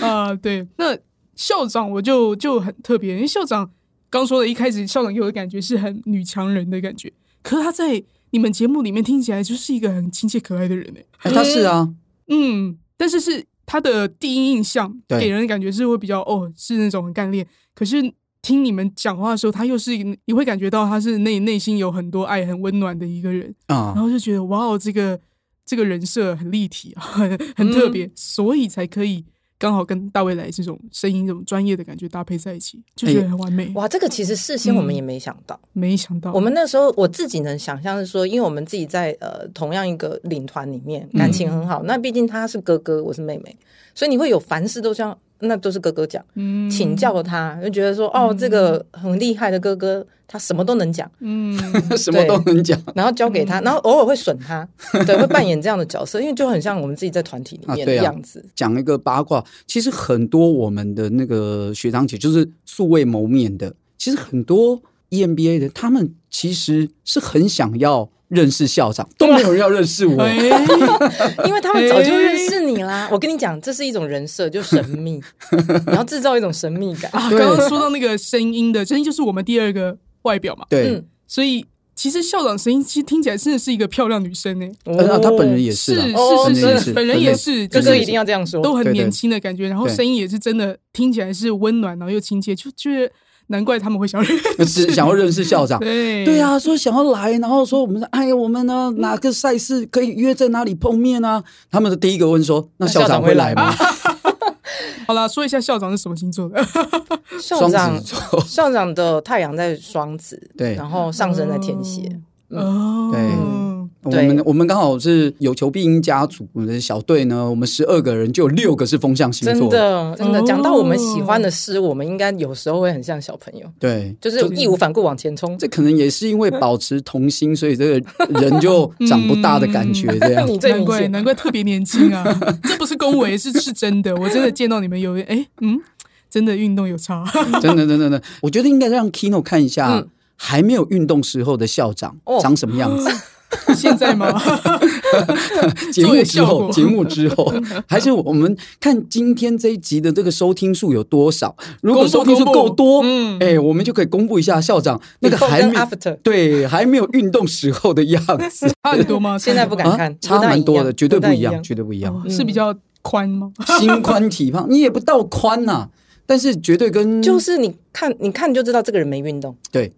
[SPEAKER 2] 啊、对，那校长我就就很特别，因为校长刚说的一开始，校长给我的感觉是很女强人的感觉，可是他在你们节目里面听起来就是一个很亲切可爱的人
[SPEAKER 1] 哎
[SPEAKER 2] 哎，
[SPEAKER 1] 他是啊，
[SPEAKER 2] 嗯，但是是他的第一印象
[SPEAKER 1] 对
[SPEAKER 2] 给人的感觉是会比较哦，是那种很干练，可是。听你们讲话的时候，他又是一个你会感觉到他是内内心有很多爱、很温暖的一个人，
[SPEAKER 1] 啊、
[SPEAKER 2] 然后就觉得哇哦，这个这个人设很立体啊， 很很特
[SPEAKER 3] 嗯
[SPEAKER 2] 别，所以才可以刚好跟大卫来这种声音、这种专业的感觉搭配在一起，就觉得很完美。
[SPEAKER 3] 哎哇，这个其实事先我们也没想到，
[SPEAKER 2] 没想到
[SPEAKER 3] 我们那时候我自己能想象是说，因为我们自己在呃同样一个领团里面，
[SPEAKER 2] 嗯
[SPEAKER 3] 感情很好。那毕竟他是哥哥，我是妹妹，所以你会有凡事都像那都是哥哥讲，
[SPEAKER 2] 嗯
[SPEAKER 3] 请，教他，就觉得说哦，这个
[SPEAKER 1] 嗯
[SPEAKER 3] 很厉害的哥哥，他什么都能讲。
[SPEAKER 2] 嗯，
[SPEAKER 1] 什么都能讲
[SPEAKER 3] 然后交给
[SPEAKER 1] 嗯
[SPEAKER 3] 他，然后偶尔会 损他，对，会扮演这样的角色，因为就很像我们自己在团体里面
[SPEAKER 1] 啊对
[SPEAKER 3] 的
[SPEAKER 1] 啊
[SPEAKER 3] 样子。
[SPEAKER 1] 讲一个八卦，其实很多我们的那个学长姐就是素未谋面的，其实很多 E EMBA 的他们其实是很想要认识校长，
[SPEAKER 2] 啊
[SPEAKER 1] 都没有人要认识我。
[SPEAKER 2] 哎，
[SPEAKER 3] 因为他们早就认识你啦。我跟你讲，这是一种人设，就神秘，然后制造一种神秘感。
[SPEAKER 2] 啊，刚刚说到那个声音的声音，就是我们第二个外表嘛，
[SPEAKER 1] 对，
[SPEAKER 3] 嗯，
[SPEAKER 2] 所以其实校长声音其实听起来真的是一个漂亮女生呢、
[SPEAKER 1] 呃那他本人
[SPEAKER 3] 也
[SPEAKER 1] 也是啊，
[SPEAKER 2] 是
[SPEAKER 3] 哦
[SPEAKER 1] 本人
[SPEAKER 2] 是
[SPEAKER 1] 也
[SPEAKER 2] 是，
[SPEAKER 1] 是
[SPEAKER 2] 本人也是，
[SPEAKER 3] 就
[SPEAKER 2] 就是是
[SPEAKER 3] 一定要这样说，
[SPEAKER 2] 都很
[SPEAKER 1] 对对
[SPEAKER 2] 年轻的感觉，然后
[SPEAKER 1] 对
[SPEAKER 2] 声音也是真的听起来是温暖，然后又亲切，就觉得难怪他们会想认识。
[SPEAKER 1] 只想要认识校长。
[SPEAKER 2] 对
[SPEAKER 1] 对，啊，说想要来，然后说我们说，哎呀，我们呢哪个赛事可以约在哪里碰面啊？他们的第一个问说，那校长会来吗？
[SPEAKER 2] 好啦，说一下校长是什么星座 的？
[SPEAKER 3] 校长
[SPEAKER 1] 双子座
[SPEAKER 3] 校长的太阳在双子，
[SPEAKER 1] 对哦
[SPEAKER 3] 然后上升在天蝎，
[SPEAKER 2] 哦，
[SPEAKER 1] 嗯对我
[SPEAKER 3] 对
[SPEAKER 1] 们我们刚好是有求必应家族，我们的小队呢，我们十二个人就有六个是风象星
[SPEAKER 3] 真
[SPEAKER 1] 座，
[SPEAKER 3] 的，真的
[SPEAKER 2] 哦
[SPEAKER 3] 讲到我们喜欢的事，我们应该有时候会很像小朋友，
[SPEAKER 1] 对。
[SPEAKER 3] 就是义无反顾往前冲。
[SPEAKER 1] 这可能也是因为保持童心，所以这个人就长不大的感觉这样。
[SPEAKER 3] 嗯最
[SPEAKER 2] 难
[SPEAKER 3] 明
[SPEAKER 2] 怪
[SPEAKER 3] 显
[SPEAKER 2] 难怪特别年轻啊！ 这不是恭维，是是真的。我真的见到你们有哎嗯，真的运动有差。
[SPEAKER 1] 真的，真的，真的，我觉得应该让 Kino 看一下
[SPEAKER 3] 嗯
[SPEAKER 1] 还没有运动时候的校长
[SPEAKER 3] 哦
[SPEAKER 1] 长什么样子。
[SPEAKER 2] 现在吗？
[SPEAKER 1] 节
[SPEAKER 2] 作
[SPEAKER 1] 目
[SPEAKER 2] 为
[SPEAKER 1] 之
[SPEAKER 2] 效
[SPEAKER 1] 后，
[SPEAKER 2] 果
[SPEAKER 1] 节目之后，还是我们看今天这一集的这个收听数有多少？如果
[SPEAKER 2] 公布
[SPEAKER 1] 收听数
[SPEAKER 2] 公布
[SPEAKER 1] 够多，嗯
[SPEAKER 2] 嗯，
[SPEAKER 1] 哎，我们就可以公布一下校长那个
[SPEAKER 3] Before
[SPEAKER 1] 还
[SPEAKER 3] 跟
[SPEAKER 1] 没
[SPEAKER 3] after
[SPEAKER 1] 对还没有运动时候的样子
[SPEAKER 2] 差很多吗？
[SPEAKER 3] 现在不敢
[SPEAKER 1] 啊
[SPEAKER 3] 看，
[SPEAKER 1] 差
[SPEAKER 3] 不大
[SPEAKER 1] 蛮
[SPEAKER 3] 一
[SPEAKER 1] 多
[SPEAKER 3] 样
[SPEAKER 1] 的，绝对
[SPEAKER 3] 不
[SPEAKER 1] 不
[SPEAKER 3] 大
[SPEAKER 1] 一
[SPEAKER 3] 一
[SPEAKER 1] 样，绝对不一样。
[SPEAKER 2] 哦是比较宽吗？
[SPEAKER 1] 心宽体胖，你也不到宽呐，但是绝对跟
[SPEAKER 3] 就是你看，你看就知道这个人没运动，
[SPEAKER 1] 对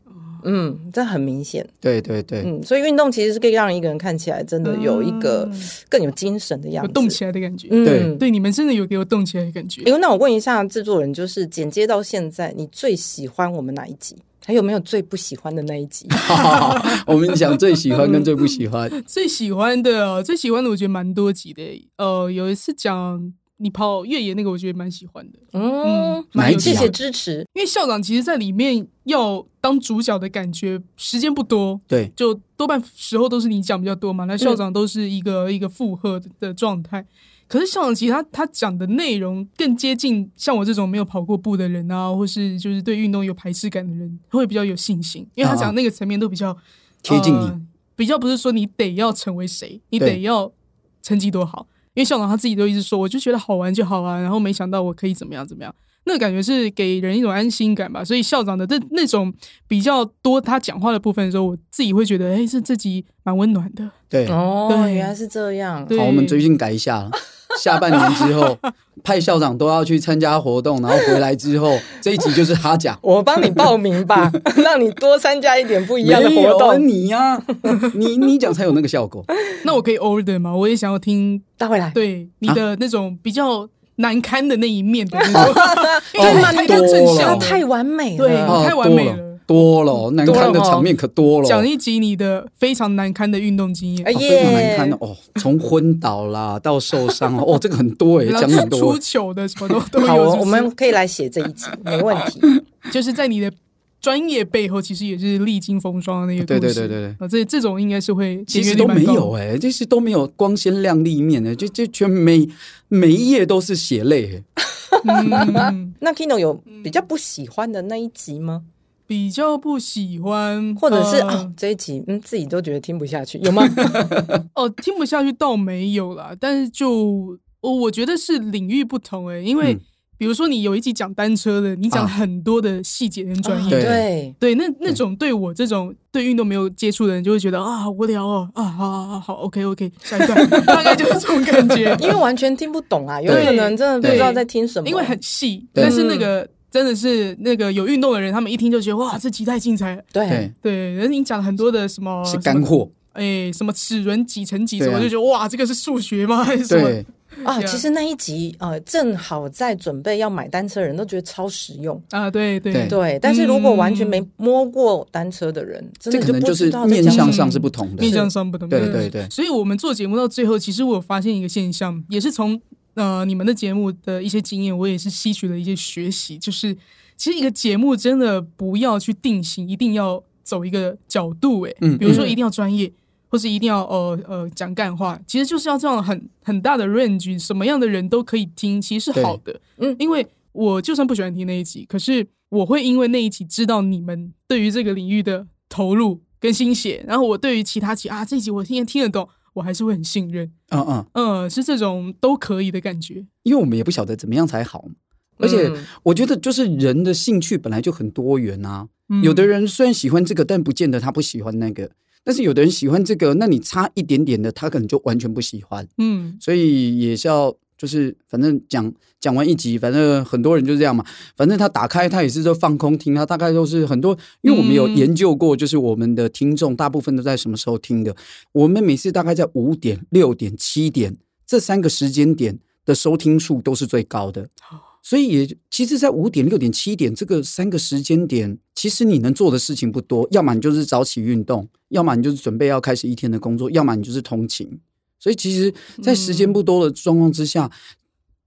[SPEAKER 3] 嗯，这很明显，
[SPEAKER 1] 对对对，
[SPEAKER 3] 嗯，所以运动其实是可以让一个人看起来真的有一个
[SPEAKER 2] 嗯
[SPEAKER 3] 更有精神的样
[SPEAKER 2] 有
[SPEAKER 3] 子，
[SPEAKER 2] 动起来的感觉。
[SPEAKER 3] 嗯，
[SPEAKER 1] 对
[SPEAKER 2] 对，你们真的有给我动起来的感觉
[SPEAKER 3] 哎。呦，那我问一下制作人，就是剪接到现在，你最喜欢我们哪一集？还有没有最不喜欢的那 一集？
[SPEAKER 1] 好 好好我们讲最喜欢跟最不喜欢，
[SPEAKER 2] 最喜欢的哦，最喜欢的我觉得蛮多集的耶。呃，有一次讲你跑越野那个，我觉得蛮喜欢的。
[SPEAKER 3] 嗯
[SPEAKER 2] 嗯，
[SPEAKER 1] 哪一
[SPEAKER 2] 蛮有
[SPEAKER 3] 谢
[SPEAKER 1] 集啊
[SPEAKER 2] 趣
[SPEAKER 3] 谢
[SPEAKER 2] 的
[SPEAKER 3] 支持。
[SPEAKER 2] 因为校长其实在里面要当主角的感觉时间不多，
[SPEAKER 1] 对
[SPEAKER 2] 就多半时候都是你讲比较多嘛。那
[SPEAKER 1] 嗯
[SPEAKER 2] 校长都是一个、一个附和的的状态。可是校长其实他他讲的内容更接近像我这种没有跑过步的人啊，或是就是对运动有排斥感的人，会比较有信心，因为他
[SPEAKER 1] 啊
[SPEAKER 2] 讲那个层面都比较
[SPEAKER 1] 贴近你
[SPEAKER 2] 呃比较不是说你得要成为谁，你
[SPEAKER 1] 对
[SPEAKER 2] 得要成绩多好。因为校长他自己都一直说，我就觉得好玩就好啊，然后没想到我可以怎么样怎么样，那个感觉是给人一种安心感吧。所以校长的这那种比较多他讲话的部分的时候，我自己会觉得，哎、这这集蛮温暖的。
[SPEAKER 1] 对。
[SPEAKER 3] 哦，
[SPEAKER 2] 对
[SPEAKER 3] 原来是这样。。
[SPEAKER 2] 对
[SPEAKER 1] 好，我们最近改一下了。下半年之后，派校长都要去参加活动，然后回来之后，这一集就是他讲
[SPEAKER 3] 我帮你报名吧， 让你多参加一点不一样的
[SPEAKER 1] 没
[SPEAKER 3] 活
[SPEAKER 1] 有啊
[SPEAKER 3] 动。
[SPEAKER 1] 你呀、你你讲才有那个效 果。
[SPEAKER 2] 那我可以 order 吗？我也想要听
[SPEAKER 3] 大回来，
[SPEAKER 2] 对你的那种比较难堪的那一面的那种，因 为
[SPEAKER 1] 哦
[SPEAKER 2] 他太
[SPEAKER 1] 多了
[SPEAKER 2] 正
[SPEAKER 3] 他
[SPEAKER 2] 向了，
[SPEAKER 3] 太完美
[SPEAKER 2] 对
[SPEAKER 3] 了。
[SPEAKER 1] 哦
[SPEAKER 2] 太完美了
[SPEAKER 1] 多了，多了难
[SPEAKER 3] 多了
[SPEAKER 1] 看的
[SPEAKER 3] 哦
[SPEAKER 1] 场面可多了。
[SPEAKER 2] 讲一集你的非常难堪的运动经验
[SPEAKER 3] 哎。
[SPEAKER 1] 哦非常难
[SPEAKER 3] 耶
[SPEAKER 1] 看的哦，从昏倒 啦到受伤哦，哦，这个很多诶，
[SPEAKER 2] 然
[SPEAKER 1] 讲
[SPEAKER 2] 后
[SPEAKER 1] 很多欸
[SPEAKER 2] 出。糗的什么都都有，
[SPEAKER 3] 好
[SPEAKER 2] 是
[SPEAKER 3] 哦，
[SPEAKER 2] 不
[SPEAKER 3] 我
[SPEAKER 2] 是
[SPEAKER 3] 们可以来写这 一集，没问题。
[SPEAKER 2] 就是在你的专业背后，其实也是历经风霜的那个
[SPEAKER 1] 对
[SPEAKER 2] 故
[SPEAKER 1] 对
[SPEAKER 2] 事。
[SPEAKER 1] 对对对
[SPEAKER 2] 啊，这这种应该是会
[SPEAKER 1] 其
[SPEAKER 2] 点阅
[SPEAKER 1] 实都
[SPEAKER 2] 率蛮
[SPEAKER 1] 没
[SPEAKER 2] 高的
[SPEAKER 1] 有诶，就是都没有光鲜亮丽一面欸的，就就全每每一页都是血泪欸诶。
[SPEAKER 2] 嗯，
[SPEAKER 3] 那 Kino 有比较不喜欢的那一集吗？
[SPEAKER 2] 比较不喜欢，
[SPEAKER 3] 或者是
[SPEAKER 2] 呃
[SPEAKER 3] 哦，这一集嗯自己都觉得听不下去，有 吗？
[SPEAKER 2] 哦，听不下去倒没有啦，但是就哦我我觉得是领域不同诶、因为
[SPEAKER 1] 嗯
[SPEAKER 2] 比如说你有一集讲单车的，你
[SPEAKER 1] 啊
[SPEAKER 2] 讲很多的细节跟专业。
[SPEAKER 1] 对
[SPEAKER 3] 对，
[SPEAKER 2] 对，那那种对我这种对运动没有接触的人，就会觉得啊好无聊哦，啊好好好好，OK OK，下一段 大概就是这种感觉，
[SPEAKER 3] 因为完全听不懂啊，有
[SPEAKER 1] 对
[SPEAKER 3] 可能真的不知道在听什么，
[SPEAKER 2] 因为很细，
[SPEAKER 1] 对
[SPEAKER 2] 但是那个真的是那个有运动的人，他们一听就觉得哇，这集太精彩了。
[SPEAKER 3] 对
[SPEAKER 1] 对，
[SPEAKER 2] 对，而且你讲了很多的什
[SPEAKER 3] 哦
[SPEAKER 2] 么
[SPEAKER 1] 是干，货。
[SPEAKER 2] 什么哎，什么齿轮几乘几什
[SPEAKER 1] 对啊
[SPEAKER 2] 么，就觉得哇，这个是数学吗？ 还是什么？
[SPEAKER 1] 对，
[SPEAKER 3] 啊。
[SPEAKER 2] Yeah
[SPEAKER 3] 其实那一集呃，正好在准备要买单车的人都觉得超实用。
[SPEAKER 2] 啊，对
[SPEAKER 1] 对嗯
[SPEAKER 2] 对
[SPEAKER 3] 对，但是如果完全没摸过单车的人，真
[SPEAKER 1] 这
[SPEAKER 3] 的
[SPEAKER 1] 可能
[SPEAKER 3] 不
[SPEAKER 1] 就是
[SPEAKER 3] 知道在
[SPEAKER 1] 面向
[SPEAKER 3] 讲什么嗯
[SPEAKER 1] 上是不同的
[SPEAKER 2] 面。向上不同。
[SPEAKER 1] 对对对
[SPEAKER 2] 所以我们做节目到最后，其实我有发现一个现象，也是从呃你们的节目的一些经验，我也是吸取了一些学习，就是其实一个节目真的不要去定型，一定要走一个角度、欸，
[SPEAKER 1] 嗯
[SPEAKER 2] 比如说
[SPEAKER 3] 嗯
[SPEAKER 2] 一定要专业。或是一定要呃呃讲干话，其实就是要这样很很大的 range，什么样的人都可以听，其实是好的。
[SPEAKER 3] 嗯
[SPEAKER 2] 因为我就算不喜欢听那一集，可是我会因为那一集知道你们对于这个领域的投入跟心血，然后我对于其他集啊这一集我听听得懂，我还是会很信任。
[SPEAKER 1] 嗯嗯，
[SPEAKER 2] 嗯，是这种都可以的感觉。
[SPEAKER 1] 因为我们也不晓得怎么样才好嘛。而且
[SPEAKER 3] 嗯
[SPEAKER 1] 我觉得，就是人的兴趣本来就很多元啊。
[SPEAKER 2] 嗯
[SPEAKER 1] 有的人虽然喜欢这个，但不见得他不喜欢那个。但是有的人喜欢这个，那你差一点点的，他可能就完全不喜欢。
[SPEAKER 2] 嗯
[SPEAKER 1] 所以也是要，就是反正讲讲完一集，反正很多人就这样嘛。反正他打开，他也是在放空听，他大概都是很多，因为我们有
[SPEAKER 2] 嗯
[SPEAKER 1] 研究过，就是我们的听众大部分都在什么时候听的。我们每次大概在五点、六点、七点这三个时间点的收听数都是最高的。所以也其实，在五点、六点、七点这个三个时间点，其实你能做的事情不多，要么你就是早起运动，要么你就是准备要开始一天的工作，要么你就是通勤。所以其实，在时间不多的状况之下，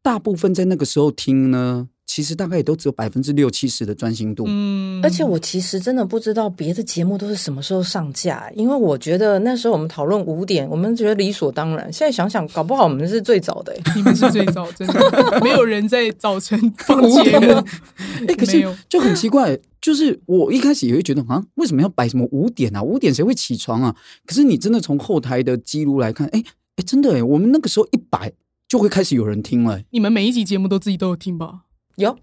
[SPEAKER 1] 大部分在那个时候听呢，其实大概也都只有百分之六七十的专心度。
[SPEAKER 2] 嗯，
[SPEAKER 3] 而且我其实真的不知道别的节目都是什么时候上架，因为我觉得那时候我们讨论五点，我们觉得理所当然。现在想想，搞不好我们是最早的、欸。
[SPEAKER 2] 你们是最早，真 的没有人在早晨 放
[SPEAKER 1] 五
[SPEAKER 2] 节
[SPEAKER 1] 点
[SPEAKER 2] 目，
[SPEAKER 1] 哎、可
[SPEAKER 2] 没
[SPEAKER 1] 是
[SPEAKER 2] 有
[SPEAKER 1] 就很奇怪，就是我一开始也会觉得啊，为什么要摆什么五点啊？五点谁会起床啊？可是你真的从后台的记录来看，哎、哎、真的哎、我们那个时候一摆就会开始有人听了、哎
[SPEAKER 2] 你们每一集节目都自己都有听吧？
[SPEAKER 3] 有，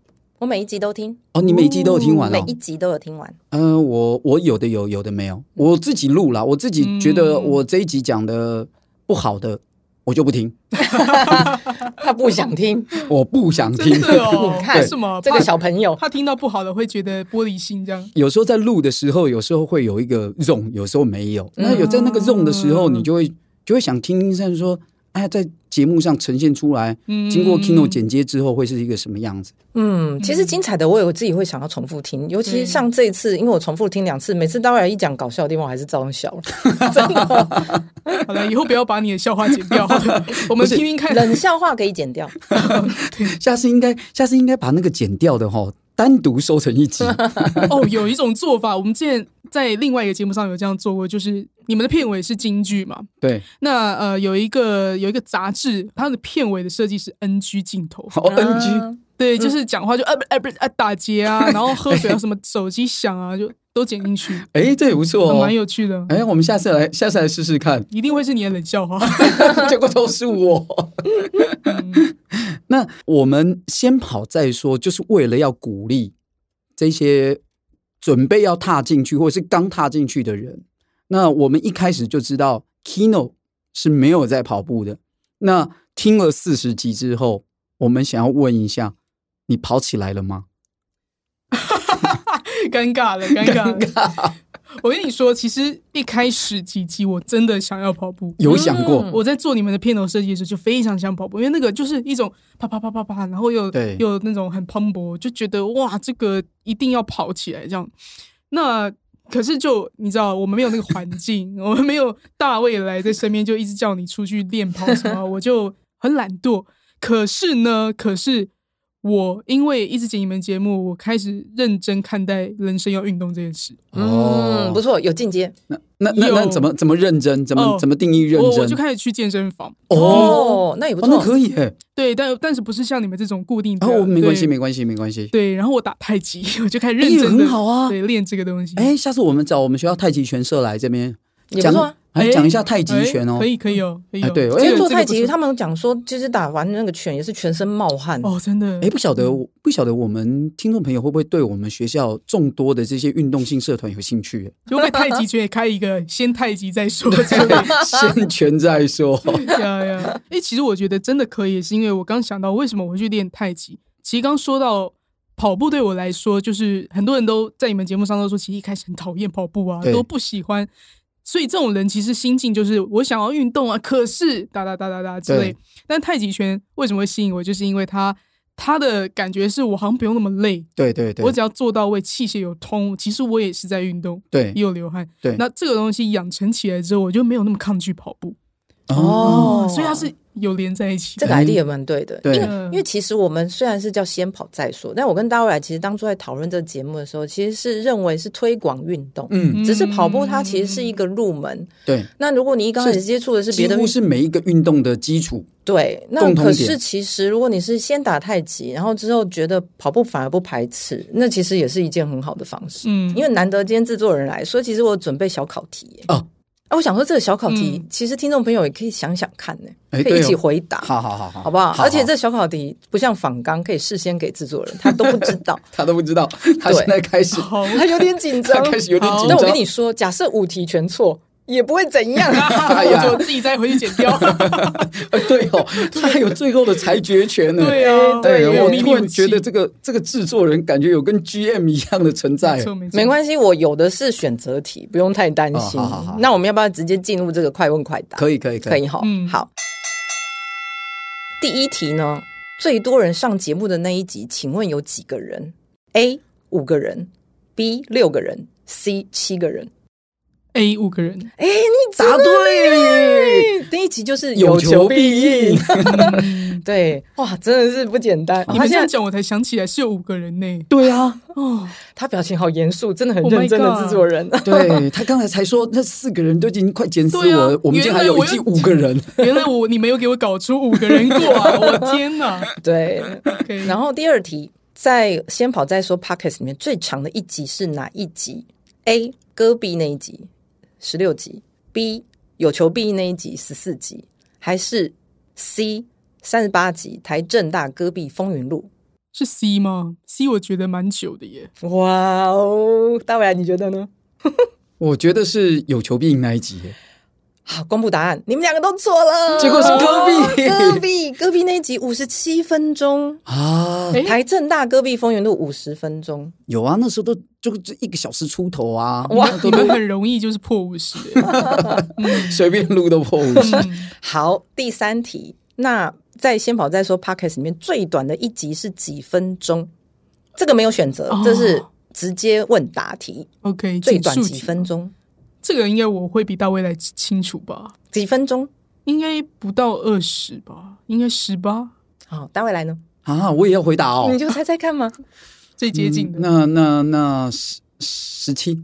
[SPEAKER 3] 我每一集都听，
[SPEAKER 1] 哦，你每一集都有听完了、
[SPEAKER 2] 嗯
[SPEAKER 3] 每一集都有听完。
[SPEAKER 1] 嗯、我我有的有，有的没有，我自己录啦，我自己觉得
[SPEAKER 2] 嗯
[SPEAKER 1] 我这一集讲的不好的，我就不听，
[SPEAKER 3] 他不想听，
[SPEAKER 1] 我不想听
[SPEAKER 2] 真。的哦，
[SPEAKER 3] 看
[SPEAKER 2] 为什么？
[SPEAKER 3] 这个
[SPEAKER 2] 怕
[SPEAKER 3] 小朋友
[SPEAKER 2] 怕听到不好的会觉得玻璃心这样。
[SPEAKER 1] 有时候在录的时候，有时候会有一个 zone，有时候没有。那有在那个 zone 的时候，
[SPEAKER 2] 嗯
[SPEAKER 1] 你就会就会想听听看说，哎，在节目上呈现出来，
[SPEAKER 2] 嗯
[SPEAKER 1] 经过 Kino 剪接之后会是一个什么样子？
[SPEAKER 3] 嗯，其实精彩的我有自己会想要重复听，尤其像
[SPEAKER 1] 嗯
[SPEAKER 3] 这一次，因为我重复听两次，每次大卫一讲搞笑的地方，我还是照样笑了， 真的，
[SPEAKER 2] 好了，以后不要把你的笑话 剪掉，好了我们听听看。
[SPEAKER 3] 冷笑话可以剪掉。
[SPEAKER 1] 下次应该下次应该把那个剪掉的哈、单独收成一 集。
[SPEAKER 2] 哦，有一种做法，我们之前在另外一个节目上有这样做过，就是你们的片尾是京剧嘛？
[SPEAKER 1] 对，
[SPEAKER 2] 那呃，有一个有一个杂志，它的片尾的设计是 NG 镜头，
[SPEAKER 1] 好 NG，
[SPEAKER 3] 嗯
[SPEAKER 2] 对，就是讲话就呃不呃不是呃打 结啊，然后喝水啊什么手机响啊，就都剪进去，
[SPEAKER 1] 哎、这也不错 哦
[SPEAKER 2] 蛮。有趣的。，
[SPEAKER 1] 哎，我们下次来，下次来试试看
[SPEAKER 2] 一定会是你的冷笑话，
[SPEAKER 1] 结果都是我。
[SPEAKER 2] 嗯
[SPEAKER 1] 那我们先跑再说，就是为了要鼓励这些准备要踏进去或者是刚踏进去的人。那我们一开始就知道 Kino 是没有在跑步的。那听了四十集之后，我们想要问一下，你跑起来了吗？
[SPEAKER 2] 尴尬了，尴尬了。 我跟你说，其实一开始几集我真的想要跑步， 嗯
[SPEAKER 1] 有想过？
[SPEAKER 2] 我在做你们的片头设计的时候，就非常想跑步，因为那个就是一种啪啪啪啪啪，然后又
[SPEAKER 1] 对
[SPEAKER 2] 又那种很磅礴，就觉得哇，这个一定要跑起来这样。那可是就你知道，我们没有那个环境，我们没有大卫来在身边，就一直叫你出去练跑什么，我就很懒惰。可是呢，可是我因为一直剪你们节目，我开始认真看待人生要运动这件事。
[SPEAKER 1] 哦
[SPEAKER 3] 嗯，不错，有进阶
[SPEAKER 1] 那那那
[SPEAKER 2] 有
[SPEAKER 1] 怎么怎么认真？怎么、
[SPEAKER 2] 哦
[SPEAKER 1] 怎么定义认
[SPEAKER 2] 我我
[SPEAKER 1] 真
[SPEAKER 2] 就？开始去健身房，
[SPEAKER 1] 哦，
[SPEAKER 3] 哦，那也不
[SPEAKER 1] 哦，
[SPEAKER 3] 错，
[SPEAKER 1] 那可以耶。
[SPEAKER 2] 对，但但是不是像你们这种固定的，
[SPEAKER 1] 然后哦我没关系，
[SPEAKER 2] 对
[SPEAKER 1] 没关系，没关系。
[SPEAKER 2] 对，然后我打太极， 我就开
[SPEAKER 1] 哎
[SPEAKER 2] 始认真的、
[SPEAKER 1] 很好啊
[SPEAKER 2] 对，练这个东西。
[SPEAKER 1] 哎，下次我们找我们学校太极拳社来这边
[SPEAKER 3] 嗯也不
[SPEAKER 1] 讲
[SPEAKER 3] 错啊。
[SPEAKER 2] 哎，
[SPEAKER 1] 来讲一下太极拳哦
[SPEAKER 2] 可。以可以哦，可以哦。
[SPEAKER 1] 哎对
[SPEAKER 2] 这
[SPEAKER 1] 我
[SPEAKER 2] 个
[SPEAKER 1] 哎
[SPEAKER 3] 因为
[SPEAKER 1] 这
[SPEAKER 3] 做太极，
[SPEAKER 2] 这个
[SPEAKER 3] 他们讲说，就是打完那个拳也是全身冒汗
[SPEAKER 2] 不。错哦，真的
[SPEAKER 1] 哎，不晓得不晓得我们听众朋友会不会对我们学校众多的这些运动性社团有兴 趣？
[SPEAKER 2] 如果太极拳也开一个，先太极再 说之类的。
[SPEAKER 1] 先拳再说。
[SPEAKER 2] 呀呀，哎，其实我觉得真的可以，是因为我刚想到为什么我会去练太极。其实刚说到跑步对我来说，就是很多人都在你们节目上都说，其实一开始很讨厌跑步啊，
[SPEAKER 1] 对
[SPEAKER 2] 都不喜欢。所以这种人其实心境就是我想要运动啊，可是哒哒哒哒哒之类
[SPEAKER 1] 对。
[SPEAKER 2] 但太极拳为什么会吸引我，就是因为它它的感觉是我好像不用那么累，
[SPEAKER 1] 对对对
[SPEAKER 2] 我，只要做到位，器械有通，其实我也是在运动，
[SPEAKER 1] 对
[SPEAKER 2] 也有流汗。
[SPEAKER 1] 对。
[SPEAKER 2] 那这个东西养成起来之后，我就没有那么抗拒跑步。
[SPEAKER 3] 哦
[SPEAKER 2] 所以它是有连在一起
[SPEAKER 3] 这
[SPEAKER 2] 的。
[SPEAKER 3] 个 idea 也蛮对的，
[SPEAKER 1] 对
[SPEAKER 3] 因为
[SPEAKER 2] 嗯
[SPEAKER 3] 因为其实我们虽然是叫先跑再说，但我跟大卫来其实当初在讨论这个节目的时候，其实是认为是推广运动，
[SPEAKER 1] 嗯，
[SPEAKER 3] 只是跑步它其实是一个入门。
[SPEAKER 1] 对，
[SPEAKER 3] 那如果你一刚开始接触的是别
[SPEAKER 1] 几
[SPEAKER 3] 的
[SPEAKER 1] 乎
[SPEAKER 3] 运
[SPEAKER 1] 是每一个运动的基础。
[SPEAKER 3] 对，那
[SPEAKER 1] 共同
[SPEAKER 3] 可
[SPEAKER 1] 点
[SPEAKER 3] 是其实如果你是先打太极，然后之后觉得跑步反而不排斥，那其实也是一件很好的方式。
[SPEAKER 2] 嗯
[SPEAKER 3] 因为难得今天制作人来，所以其实我有准备小考题耶。
[SPEAKER 1] 哦
[SPEAKER 3] 啊，我想说这个小考题，
[SPEAKER 2] 嗯
[SPEAKER 3] 其实听众朋友也可以想想看呢，
[SPEAKER 1] 哎
[SPEAKER 3] 可以一起
[SPEAKER 1] 对哦
[SPEAKER 3] 回答。
[SPEAKER 1] 好好好好，，
[SPEAKER 3] 好不好？而且这小考题不像仿纲，可以事先给制作人，他都不知道
[SPEAKER 1] 他都不知道，他
[SPEAKER 3] 对
[SPEAKER 1] 现在开始，
[SPEAKER 2] 好，
[SPEAKER 3] 他有点紧
[SPEAKER 1] 他
[SPEAKER 3] 张。
[SPEAKER 1] 开始有点
[SPEAKER 2] 好
[SPEAKER 1] 紧
[SPEAKER 3] 但
[SPEAKER 1] 张。
[SPEAKER 3] 我跟你说，假设五题全错也不会怎样啊。
[SPEAKER 1] 哎呀
[SPEAKER 2] 我就自己再回去剪 掉。
[SPEAKER 1] 哎对哦，他还有最后的裁决权呢。
[SPEAKER 2] 对啊，
[SPEAKER 1] 对，
[SPEAKER 2] 有
[SPEAKER 1] 我
[SPEAKER 2] 秘密
[SPEAKER 1] 突然
[SPEAKER 2] 武器
[SPEAKER 1] 觉得这个这个制作人感觉有跟 GM 一样的存在
[SPEAKER 2] 没。错没错，
[SPEAKER 3] 没关系，我有的是选择题，不用太担心。
[SPEAKER 1] 哦好好好
[SPEAKER 3] 那我们要不要直接进入这个快问快答？
[SPEAKER 1] 可以，可以，
[SPEAKER 3] 可以哈。
[SPEAKER 2] 嗯
[SPEAKER 3] 好。第一题呢，最多人上节目的那一集，请问有几个人？A 五个人，B 六个人，C 七个人。
[SPEAKER 2] A 五个 人，
[SPEAKER 3] 哎，你
[SPEAKER 1] 答 对，
[SPEAKER 3] 对，第一集就是
[SPEAKER 1] 有求必应。
[SPEAKER 2] 嗯
[SPEAKER 3] 对，哇，真的是不简单。
[SPEAKER 2] 你
[SPEAKER 3] 哦他
[SPEAKER 2] 们这
[SPEAKER 3] 现
[SPEAKER 2] 样
[SPEAKER 3] 在
[SPEAKER 2] 讲，我才想起来是有五个人呢。
[SPEAKER 1] 对啊，
[SPEAKER 2] 哦，
[SPEAKER 3] 他表情好严肃，真的很
[SPEAKER 2] Oh my
[SPEAKER 3] 认真的制作人。
[SPEAKER 1] 对他刚才才说那四个人都已经快减死我
[SPEAKER 2] 对啊
[SPEAKER 1] 了，我们竟然还有一季
[SPEAKER 2] 原来我
[SPEAKER 1] 五个人，
[SPEAKER 2] 原来我你没有给我搞出五个人过 啊！我天哪
[SPEAKER 3] 对，
[SPEAKER 2] ！OK，
[SPEAKER 3] 然后第二题，在先跑再说 Podcast 里面最长的一集是哪一集？A 戈壁那一集十六集，B 有求必应那一集十四集，还是 C 三十八集台正大戈壁风云录？
[SPEAKER 2] 是 C 吗？C 我觉得蛮久的耶。
[SPEAKER 3] 哇哦，大未来你觉得呢？
[SPEAKER 1] 我觉得是有求必应那一集耶，
[SPEAKER 3] 好，公布答案，你们两个都错了，
[SPEAKER 1] 结果
[SPEAKER 2] 哦
[SPEAKER 1] 是戈壁
[SPEAKER 3] 哦戈壁戈壁那一集五十七分钟，
[SPEAKER 1] 啊，
[SPEAKER 2] 哎
[SPEAKER 3] 台正大戈壁风云录五十分钟。
[SPEAKER 1] 有啊，那时候都就就一个小时出头啊，
[SPEAKER 3] 哇
[SPEAKER 1] 那都
[SPEAKER 2] 你们很容易就是破五十，
[SPEAKER 1] 随便录都破五十，
[SPEAKER 2] 嗯
[SPEAKER 3] 好，第三题，那在先跑再说 podcast 里面最短的一集是几分钟？这个没有选择
[SPEAKER 2] 哦，
[SPEAKER 3] 这是直接问答题，
[SPEAKER 2] ，OK，
[SPEAKER 3] 最
[SPEAKER 2] 紧
[SPEAKER 3] 短
[SPEAKER 2] 数
[SPEAKER 3] 几分？钟？
[SPEAKER 2] 这个应该我会比大未来清楚吧？
[SPEAKER 3] 几分钟？
[SPEAKER 2] 应该不到二十吧？应该十八
[SPEAKER 3] 好，待会来呢，
[SPEAKER 1] 啊，我也要回答哦，
[SPEAKER 3] 你就猜猜看嘛。
[SPEAKER 2] 最接近的。
[SPEAKER 1] 那那那十十七，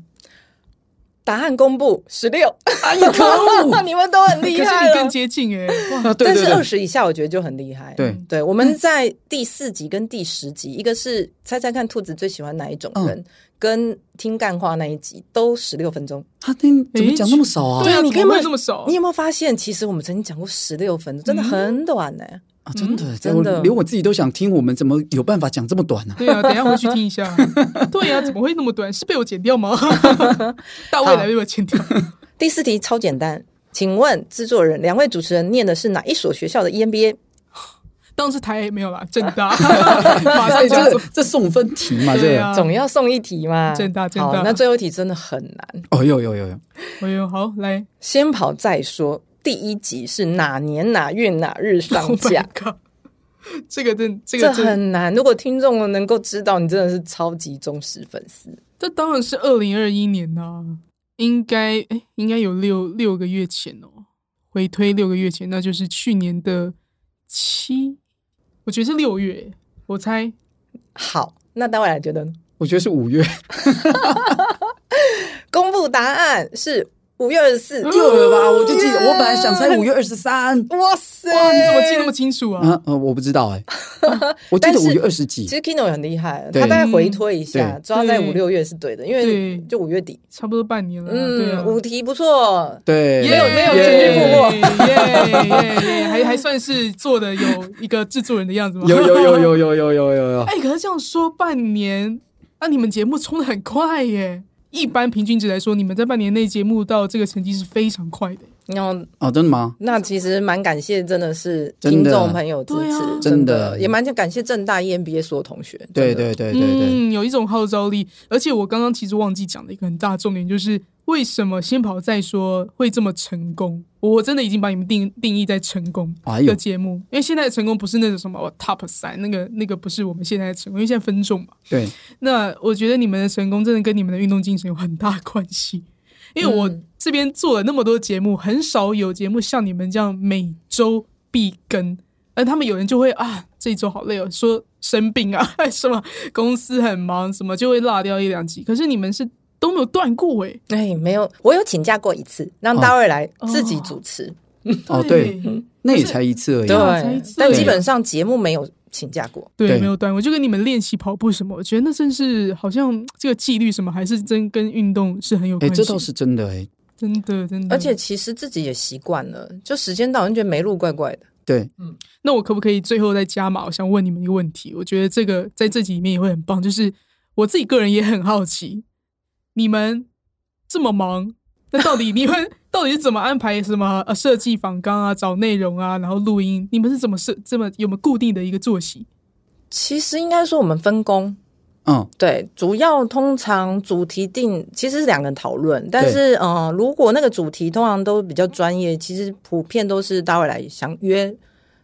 [SPEAKER 3] 答案公布十六，
[SPEAKER 1] 哎 呀，可恶
[SPEAKER 3] 你们都很
[SPEAKER 2] 可
[SPEAKER 3] 厉
[SPEAKER 2] 是
[SPEAKER 3] 害哦
[SPEAKER 2] 你更
[SPEAKER 3] 了。
[SPEAKER 2] 接近哎、哇！
[SPEAKER 1] 啊！对对
[SPEAKER 3] 但是二
[SPEAKER 1] 对，
[SPEAKER 3] 十以下，我觉得就很厉害。
[SPEAKER 1] 对
[SPEAKER 3] 对，我们在第四集跟第十集，一个是猜猜看兔子最喜欢哪一种
[SPEAKER 1] 嗯
[SPEAKER 3] 人，跟听干话那一集都十六分钟。
[SPEAKER 1] 他那怎么讲那么少啊？
[SPEAKER 2] 对啊，
[SPEAKER 3] 对你
[SPEAKER 2] 怎
[SPEAKER 3] 根
[SPEAKER 2] 么会
[SPEAKER 3] 本
[SPEAKER 2] 这么少
[SPEAKER 3] 你？有没有发现，其实我们曾经讲过十六分钟，
[SPEAKER 2] 嗯
[SPEAKER 3] 真的很短呢、
[SPEAKER 1] 啊，真的，
[SPEAKER 3] 真
[SPEAKER 1] 我
[SPEAKER 3] 的
[SPEAKER 1] 连我自己都想听，我们怎么有办法讲这么短呢、
[SPEAKER 2] 对啊，等一下回去听一 下。对啊，怎么会那么短？是被我剪掉吗？大未来被我剪掉。
[SPEAKER 3] 第四题超简单，请问制作人，两位主持人念的是哪一所学校的 E EMBA？
[SPEAKER 2] 当时台没有啦，正 大，马上
[SPEAKER 1] 哎，
[SPEAKER 2] 就
[SPEAKER 1] 这
[SPEAKER 2] 要
[SPEAKER 1] 个这送分题嘛，这
[SPEAKER 2] 对
[SPEAKER 1] 个，
[SPEAKER 2] 啊
[SPEAKER 3] 总要送一题嘛。
[SPEAKER 2] 正大正大
[SPEAKER 3] 好，那最后一题真的很难。
[SPEAKER 1] 哦，有有有有，
[SPEAKER 2] 哎呦，好来
[SPEAKER 3] 先跑再说，第一集是哪年哪月哪日上
[SPEAKER 2] ，Oh
[SPEAKER 3] 架
[SPEAKER 2] my？god，这个真这
[SPEAKER 3] 这
[SPEAKER 2] 个真，
[SPEAKER 3] 很难。如果听众能够知道，你真的是超级忠实粉丝。
[SPEAKER 2] 这当然是二零二一年呐、应该哎，应该有六六个月前哦，回推六个月前，那就是去年的七，我觉得是六月，我猜
[SPEAKER 3] 好，那大未来觉得呢？
[SPEAKER 1] 我觉得是五月，
[SPEAKER 3] 公布答案是五月二十
[SPEAKER 2] 嗯
[SPEAKER 3] 四。
[SPEAKER 1] 又了吧？我就记得，我本来想 猜五月二十三
[SPEAKER 3] 哇塞！
[SPEAKER 2] 哇，你怎么记那么清楚
[SPEAKER 3] 嗯
[SPEAKER 2] 啊？
[SPEAKER 1] 啊，呃，我不知道 哎、我记
[SPEAKER 3] 但
[SPEAKER 1] 得
[SPEAKER 3] 是
[SPEAKER 1] 五月二十几
[SPEAKER 3] 其，实 Kino 也很厉害，
[SPEAKER 1] 对
[SPEAKER 3] 他大概回推一下，
[SPEAKER 1] 嗯
[SPEAKER 3] 抓在
[SPEAKER 2] 对
[SPEAKER 3] 五六月是对的，因为
[SPEAKER 2] 对
[SPEAKER 3] 就五月底，
[SPEAKER 2] 差不多半年了啊，对啊
[SPEAKER 3] 嗯，。五题不错。
[SPEAKER 1] 对，
[SPEAKER 2] 耶
[SPEAKER 3] 没有没有全军覆没
[SPEAKER 2] 耶耶耶，还 还算是做的有一个制作人的样子吗？
[SPEAKER 1] 有有有有有有有有有，
[SPEAKER 2] 哎、可是这样说，半年，那、你们节目冲的很快耶。一般平均值来说，你们在半年内节目到这个成绩是非常快的。
[SPEAKER 3] 然后
[SPEAKER 1] 哦，真的吗？
[SPEAKER 3] 那其实蛮感谢，真的是
[SPEAKER 1] 真
[SPEAKER 3] 听
[SPEAKER 1] 的
[SPEAKER 3] 众朋友支
[SPEAKER 2] 对啊
[SPEAKER 3] 持，
[SPEAKER 1] 真
[SPEAKER 3] 真
[SPEAKER 1] 的
[SPEAKER 3] 也蛮感谢正大 E EMBA 所有同学。
[SPEAKER 1] 对
[SPEAKER 3] 真的
[SPEAKER 1] 对对对对，
[SPEAKER 2] 嗯，有一种号召力。而且我刚刚其实忘记讲的一个很大的重点就是，为什么先跑再说会这么成功？我真的已经把你们定定义在成功
[SPEAKER 1] 哎呦
[SPEAKER 2] 的节目，因为现在的成功不是那种什么哦 top 三，那个那个不是我们现在的成功，因为现在分众嘛。
[SPEAKER 1] 对，
[SPEAKER 2] 那我觉得你们的成功真的跟你们的运动精神有很大关系，因为我
[SPEAKER 3] 嗯
[SPEAKER 2] 这边做了那么多节目，很少有节目像你们这样每周必更，而他们有人就会啊，这一周好累哦，说生病啊， 什么公司很忙，什么就会落掉一两集，可是你们是都没有断过欸诶、
[SPEAKER 3] 哎，没有，我有请假过一次，让
[SPEAKER 2] 哦
[SPEAKER 3] 大卫来自己主持，
[SPEAKER 1] 哦对，那也才一次而已
[SPEAKER 3] 对
[SPEAKER 1] 啊。
[SPEAKER 2] 才一次，
[SPEAKER 3] 但基本上节目没有请假过。
[SPEAKER 2] 对，
[SPEAKER 1] 对
[SPEAKER 2] 没有断过，就跟你们练习跑步什么，我觉得那真是好像这个纪律什么，还是真跟运动是很有
[SPEAKER 1] 哎，
[SPEAKER 2] 关系，
[SPEAKER 1] 这倒是真的哎，
[SPEAKER 2] 真的真的，
[SPEAKER 3] 而且其实自己也习惯了，就时间到，你觉得没路怪怪的。
[SPEAKER 1] 对，
[SPEAKER 2] 那我可不可以最后再加码？我想问你们一个问题，我觉得这个在这集里面也会很棒，就是我自己个人也很好奇，你们这么忙，那到底你 们到底是怎么安排什么呃设计访纲啊、找内容啊，然后录音，你们是怎么设这么有没有固定的一个作息？
[SPEAKER 3] 其实应该说我们分工，
[SPEAKER 1] 嗯，
[SPEAKER 3] 对，主要通常主题定其实是两个人讨论，但是呃，如果那个主题通常都比较专业，其实普遍都是大卫来相约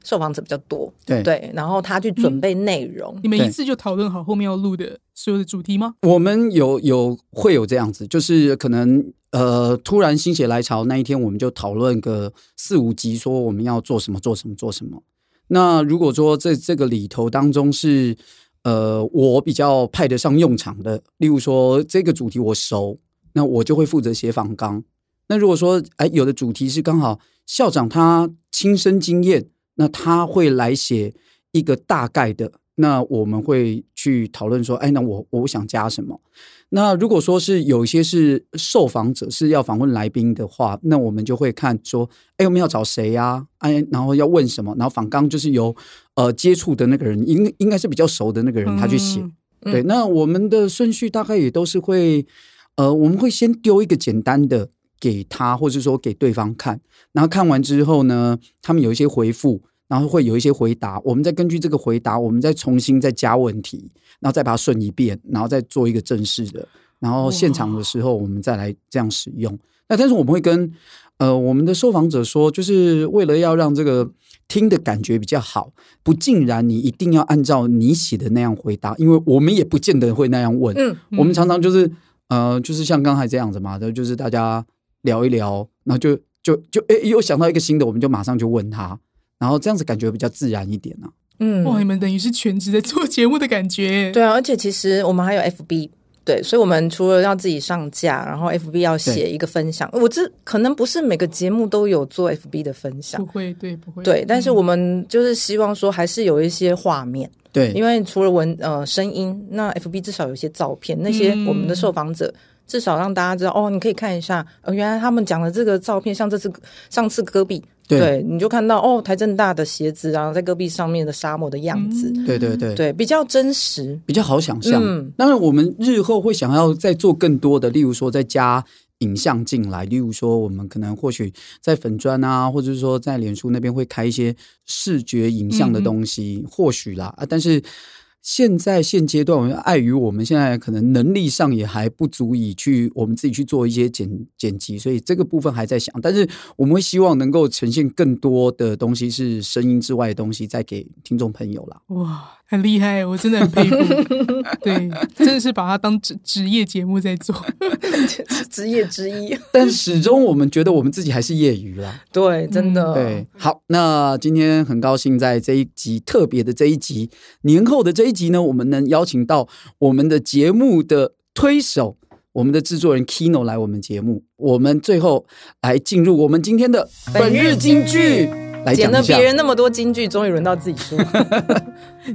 [SPEAKER 3] 受访者比较多，
[SPEAKER 1] 对
[SPEAKER 3] 对，然后他去准备内容，
[SPEAKER 2] 你们一
[SPEAKER 1] 对
[SPEAKER 2] 次就讨论好后面要录的所有的主题吗？
[SPEAKER 1] 我们有有会有这样子，就是可能呃，突然心血来潮那一天，我们就讨论个四五集，说我们要做什么，做什么，做什么。那如果说这这个里头当中是呃，我比较派得上用场的，例如说这个主题我熟，那我就会负责写访纲。那如果说哎，有的主题是刚好校长他亲身经验，那他会来写一个大概的，那我们会去讨论说，哎，那我我想加什么？那如果说是有一些是受访者是要访问来宾的话，那我们就会看说，哎，我们要找谁呀、哎，然后要问什么？然后访纲就是由呃接触的那个人，应应该是比较熟的那个人，他去写。
[SPEAKER 2] 嗯
[SPEAKER 3] 嗯
[SPEAKER 1] 对，那我们的顺序大概也都是会，呃，我们会先丢一个简单的给他，或者说给对方看，然后看完之后呢，他们有一些回复，然后会有一些回答，我们再根据这个回答，我们再重新再加问题，然后再把它顺一遍，然后再做一个正式的，然后现场的时候我们再来这样使用。那但是我们会跟呃我们的受访者说，就是为了要让这个听的感觉比较好，不尽然你一定要按照你写的那样回答，因为我们也不见得会那样问。
[SPEAKER 3] 嗯，
[SPEAKER 2] 嗯
[SPEAKER 1] 我们常常就是呃，就是像刚才这样子嘛，就是大家聊一聊，然后就就就诶、又想到一个新的，我们就马上就问他，然后这样子感觉比较自然一点啊。
[SPEAKER 3] 嗯，
[SPEAKER 2] 哇，你们等于是全职在做节目的感觉。
[SPEAKER 3] 对啊，而且其实我们还有 FB。对，所以，我们除了要自己上架，然后 FB 要写
[SPEAKER 1] 对
[SPEAKER 3] 一个分享。我这可能不是每个节目都有做 FB 的分享
[SPEAKER 2] 不，会，对，不会，
[SPEAKER 3] 对。但是
[SPEAKER 2] 嗯
[SPEAKER 3] 我们就是希望说，还是有一些画面，
[SPEAKER 1] 对，
[SPEAKER 3] 因为除了文呃声音，那 FB 至少有一些照片，那些
[SPEAKER 2] 嗯
[SPEAKER 3] 我们的受访者、至少让大家知道哦，你可以看一下，呃，原来他们讲的这个照片，像这次上次戈壁，
[SPEAKER 1] 对
[SPEAKER 3] 你就看到哦，台正大的鞋子啊，在戈壁上面的沙漠的样子，
[SPEAKER 2] 嗯
[SPEAKER 1] 对对嗯对。
[SPEAKER 3] 对，比较真实，
[SPEAKER 1] 比较好想象。
[SPEAKER 3] 嗯
[SPEAKER 1] 当然，我们日后会想要再做更多的，例如说再加影像进来，例如说我们可能或许在粉砖啊，或者是说在脸书那边会开一些视觉影像的东西，或许啦啊，但是。现在现阶段，我们碍于我们现在可能能力上也还不足以去我们自己去做一些剪剪辑，所以这个部分还在想。但是我们会希望能够呈现更多的东西，是声音之外的东西，再给听众朋友啦。
[SPEAKER 2] 哇，很厉害，我真的很佩服。对，真的是把它当职职业节目在做。
[SPEAKER 3] 职业之一。
[SPEAKER 1] 但始终我们觉得我们自己还是业余啦。
[SPEAKER 3] 对，真的，
[SPEAKER 1] 对，好，那今天很高兴在这一集特别的这一集年后的这一集呢，我们能邀请到我们的节目的推手，我们的制作人 Kino 来我们节目。我们最后来进入我们今天的本日金句，来
[SPEAKER 3] 剪
[SPEAKER 1] 讲
[SPEAKER 3] 了
[SPEAKER 1] 一下
[SPEAKER 3] 别。人那么多金句，终于轮到自己说。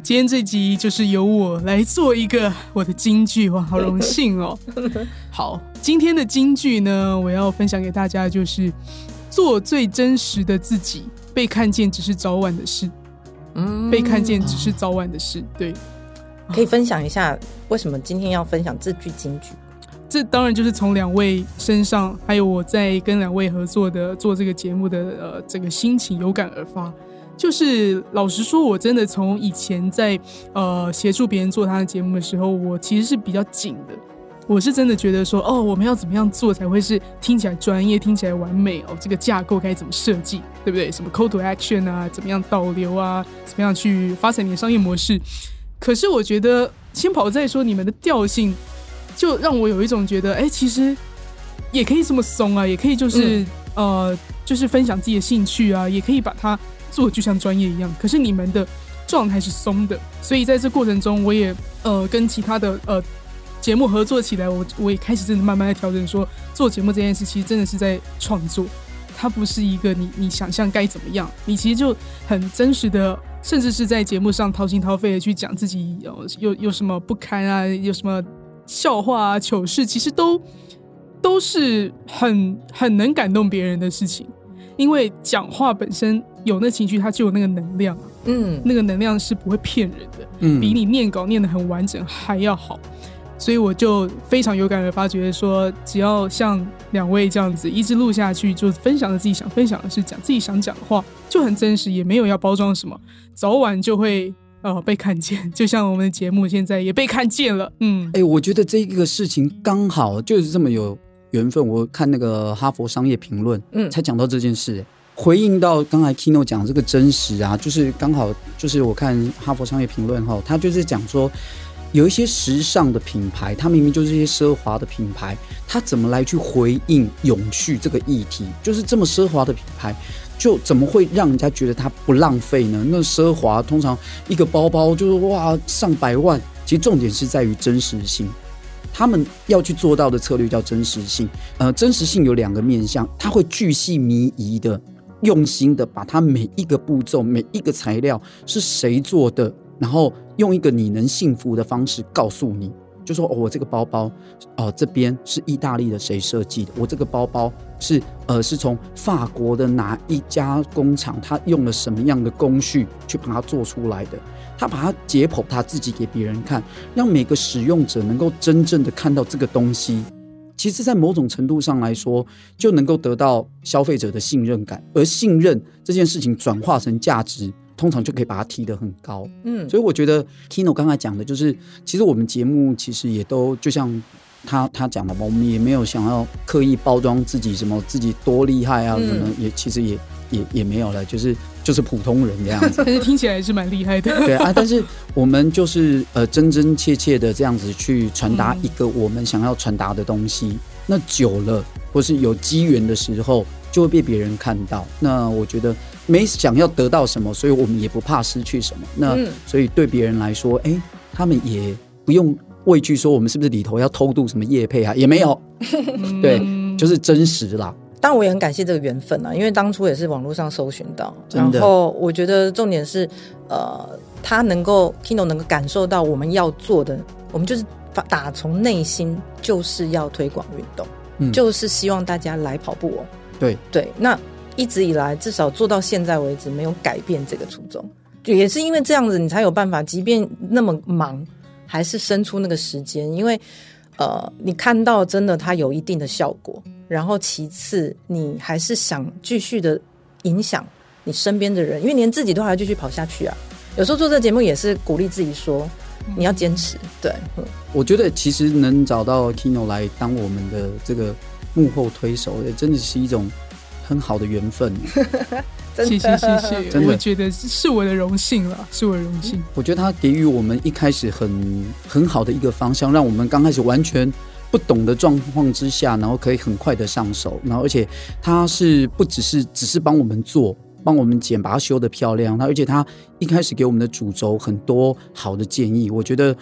[SPEAKER 2] 今天这集就是由我来做一个我的金句，哇，好荣幸哦。好，今天的金句呢，我要分享给大家就是做最真实的自己，被看见只是早晚的事，
[SPEAKER 3] 嗯
[SPEAKER 2] 被看见只是早晚的事。对，
[SPEAKER 3] 可以分享一下为什么今天要分享这句金句？
[SPEAKER 2] 这当然就是从两位身上，还有我在跟两位合作的做这个节目的呃这个心情有感而发。就是老实说，我真的从以前在呃协助别人做他的节目的时候，我其实是比较紧的。我是真的觉得说，哦，我们要怎么样做才会是听起来专业、听起来完美哦？这个架构该怎么设计，对不对？什么 call to action 啊，怎么样导流啊，怎么样去发展你的商业模式？可是我觉得先跑再说，你们的调性就让我有一种觉得，哎、其实也可以这么松啊，也可以就是、呃，就是分享自己的兴趣啊，也可以把它做得就像专业一样。可是你们的状态是松的，所以在这过程中，我也呃跟其他的呃节目合作起来，我我也开始真的慢慢的调整说，做节目这件事其实真的是在创作，它不是一个你你想象该怎么样，你其实就很真实的，甚至是在节目上掏心掏肺的去讲自己有有有什么不堪啊，有什么笑话啊、糗事，其实都都是很很能感动别人的事情，因为讲话本身有那情绪，它就有那个能量啊，
[SPEAKER 3] 嗯，
[SPEAKER 2] 那个能量是不会骗人的。
[SPEAKER 1] 嗯
[SPEAKER 2] 比你念稿念得很完整还要好。所以我就非常有感而发，觉得说，只要像两位这样子一直录下去，就分享了自己想分享的事，讲自己想讲的话，就很真实，也没有要包装什么，早晚就会呃被看见。就像我们的节目现在也被看 见了，嗯
[SPEAKER 1] 哎、，我觉得这个事情刚好就是这么有缘分。我看那个《哈佛商业评论》，
[SPEAKER 3] 嗯
[SPEAKER 1] 才讲到这件事、哎回应到刚才 Kino 讲这个真实啊，就是刚好就是我看哈佛商业评论哈，他就是讲说。有一些时尚的品牌，它明明就是一些奢华的品牌，它怎么来去回应永续这个议题？就是这么奢华的品牌，就怎么会让人家觉得它不浪费呢？那奢华通常一个包包就是哇上百万，其实重点是在于真实性。他们要去做到的策略叫真实性。呃，真实性有两个面向，它会巨细靡遗的、用心的把它每一个步骤、每一个材料是谁做的，然后用一个你能信服的方式告诉你，就说、哦、我这个包包，呃，这边是意大利的谁设计的？我这个包包是呃是从法国的哪一家工厂，他用了什么样的工序去把它做出来的？他把它解剖他自己给别人看，让每个使用者能够真正的看到这个东西。其实，在某种程度上来说，就能够得到消费者的信任感，而信任这件事情转化成价值，通常就可以把它提得很高。
[SPEAKER 3] 嗯，
[SPEAKER 1] 所以我觉得 Kino 刚才讲的就是，其实我们节目其实也都就像他他讲的嘛，我们也没有想要刻意包装自己什么自己多厉害啊，
[SPEAKER 3] 嗯
[SPEAKER 1] 什么、也其实也也也没有了，就是就是普通人这样 子。
[SPEAKER 2] 但是听起来还是蛮厉害的。
[SPEAKER 1] 对啊，但是我们就是呃真真切切的这样子去传达一个我们想要传达的东西。那久了，或是有机缘的时候，就会被别人看到。那我觉得没想要得到什么，所以我们也不怕失去什么。那、
[SPEAKER 3] 嗯
[SPEAKER 1] 所以对别人来说，哎、他们也不用畏惧说我们是不是里头要偷渡什么叶配啊，也没有，对，
[SPEAKER 2] 嗯
[SPEAKER 1] 就是真实啦。
[SPEAKER 3] 但我也很感谢这个缘分啊，因为当初也是网络上搜寻到，
[SPEAKER 1] 真
[SPEAKER 3] 然
[SPEAKER 1] 的
[SPEAKER 3] 后我觉得重点是，呃，他能够 Kino 能够感受到我们要做的，我们就是发打从内心就是要推广运动，
[SPEAKER 1] 嗯
[SPEAKER 3] 就是希望大家来跑步哦。
[SPEAKER 1] 对
[SPEAKER 3] 对，那一直以来至少做到现在为止没有改变这个初衷，也是因为这样子你才有办法，即便那么忙，还是生出那个时间，因为呃，你看到真的它有一定的效果，然后其次你还是想继续的影响你身边的人，因为连自己都还要继续跑下去啊。有时候做这个节目也是鼓励自己说，你要坚持，对，嗯
[SPEAKER 1] 我觉得其实能找到 Kino 来当我们的这个幕后推手，也真的是一种很好的缘分。
[SPEAKER 2] 谢谢谢 谢，
[SPEAKER 1] 真的
[SPEAKER 2] 我觉得是我的荣幸了，是我的荣幸。
[SPEAKER 1] 我觉得他给予我们一开始很很好的一个方向，让我们刚开始完全不懂的状况之下，然后可以很快的上手，然后而且他是不只是只是帮我们做。帮我们剪，把它修得漂亮。他而且他一开始给我们的主轴很多好的建议，我觉得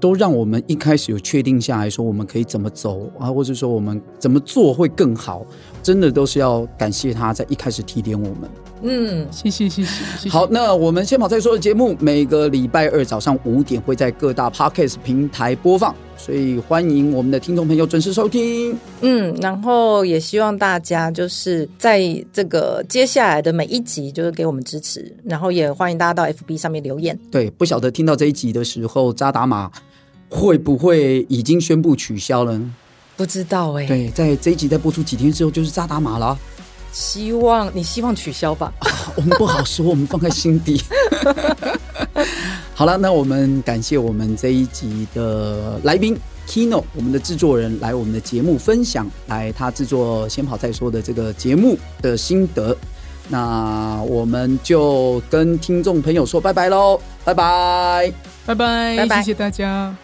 [SPEAKER 1] 都让我们一开始有确定下来说我们可以怎么走啊，或者说我们怎么做会更好。真的都是要感谢他在一开始提点我们。
[SPEAKER 3] 嗯，
[SPEAKER 2] 谢谢谢谢，谢谢
[SPEAKER 1] 好，，那我们先跑再说的节目，每个礼拜二早上五点会在各大 podcast 平台播放，所以欢迎我们的听众朋友准时收听。
[SPEAKER 3] 嗯，然后也希望大家就是在这个接下来的每一集，就是给我们支持，然后也欢迎大家到 FB 上面留言。
[SPEAKER 1] 对，不晓得听到这一集的时候，扎达玛会不会已经宣布取消了呢？
[SPEAKER 3] 不知道哎、
[SPEAKER 1] 对，在这一集再播出几天之后，就是扎达玛了啊。
[SPEAKER 3] 希望你希望取消吧。
[SPEAKER 1] 我们不好说，我们放在心底。 好了，那我们感谢我们这一集的来宾 Kino，我们的制作人来我们的节目分享，来他制作《先跑再说》的这个节目的心得。那我们就跟听众朋友说拜拜喽，拜拜。
[SPEAKER 2] 拜拜
[SPEAKER 3] 拜拜
[SPEAKER 2] 谢谢大家。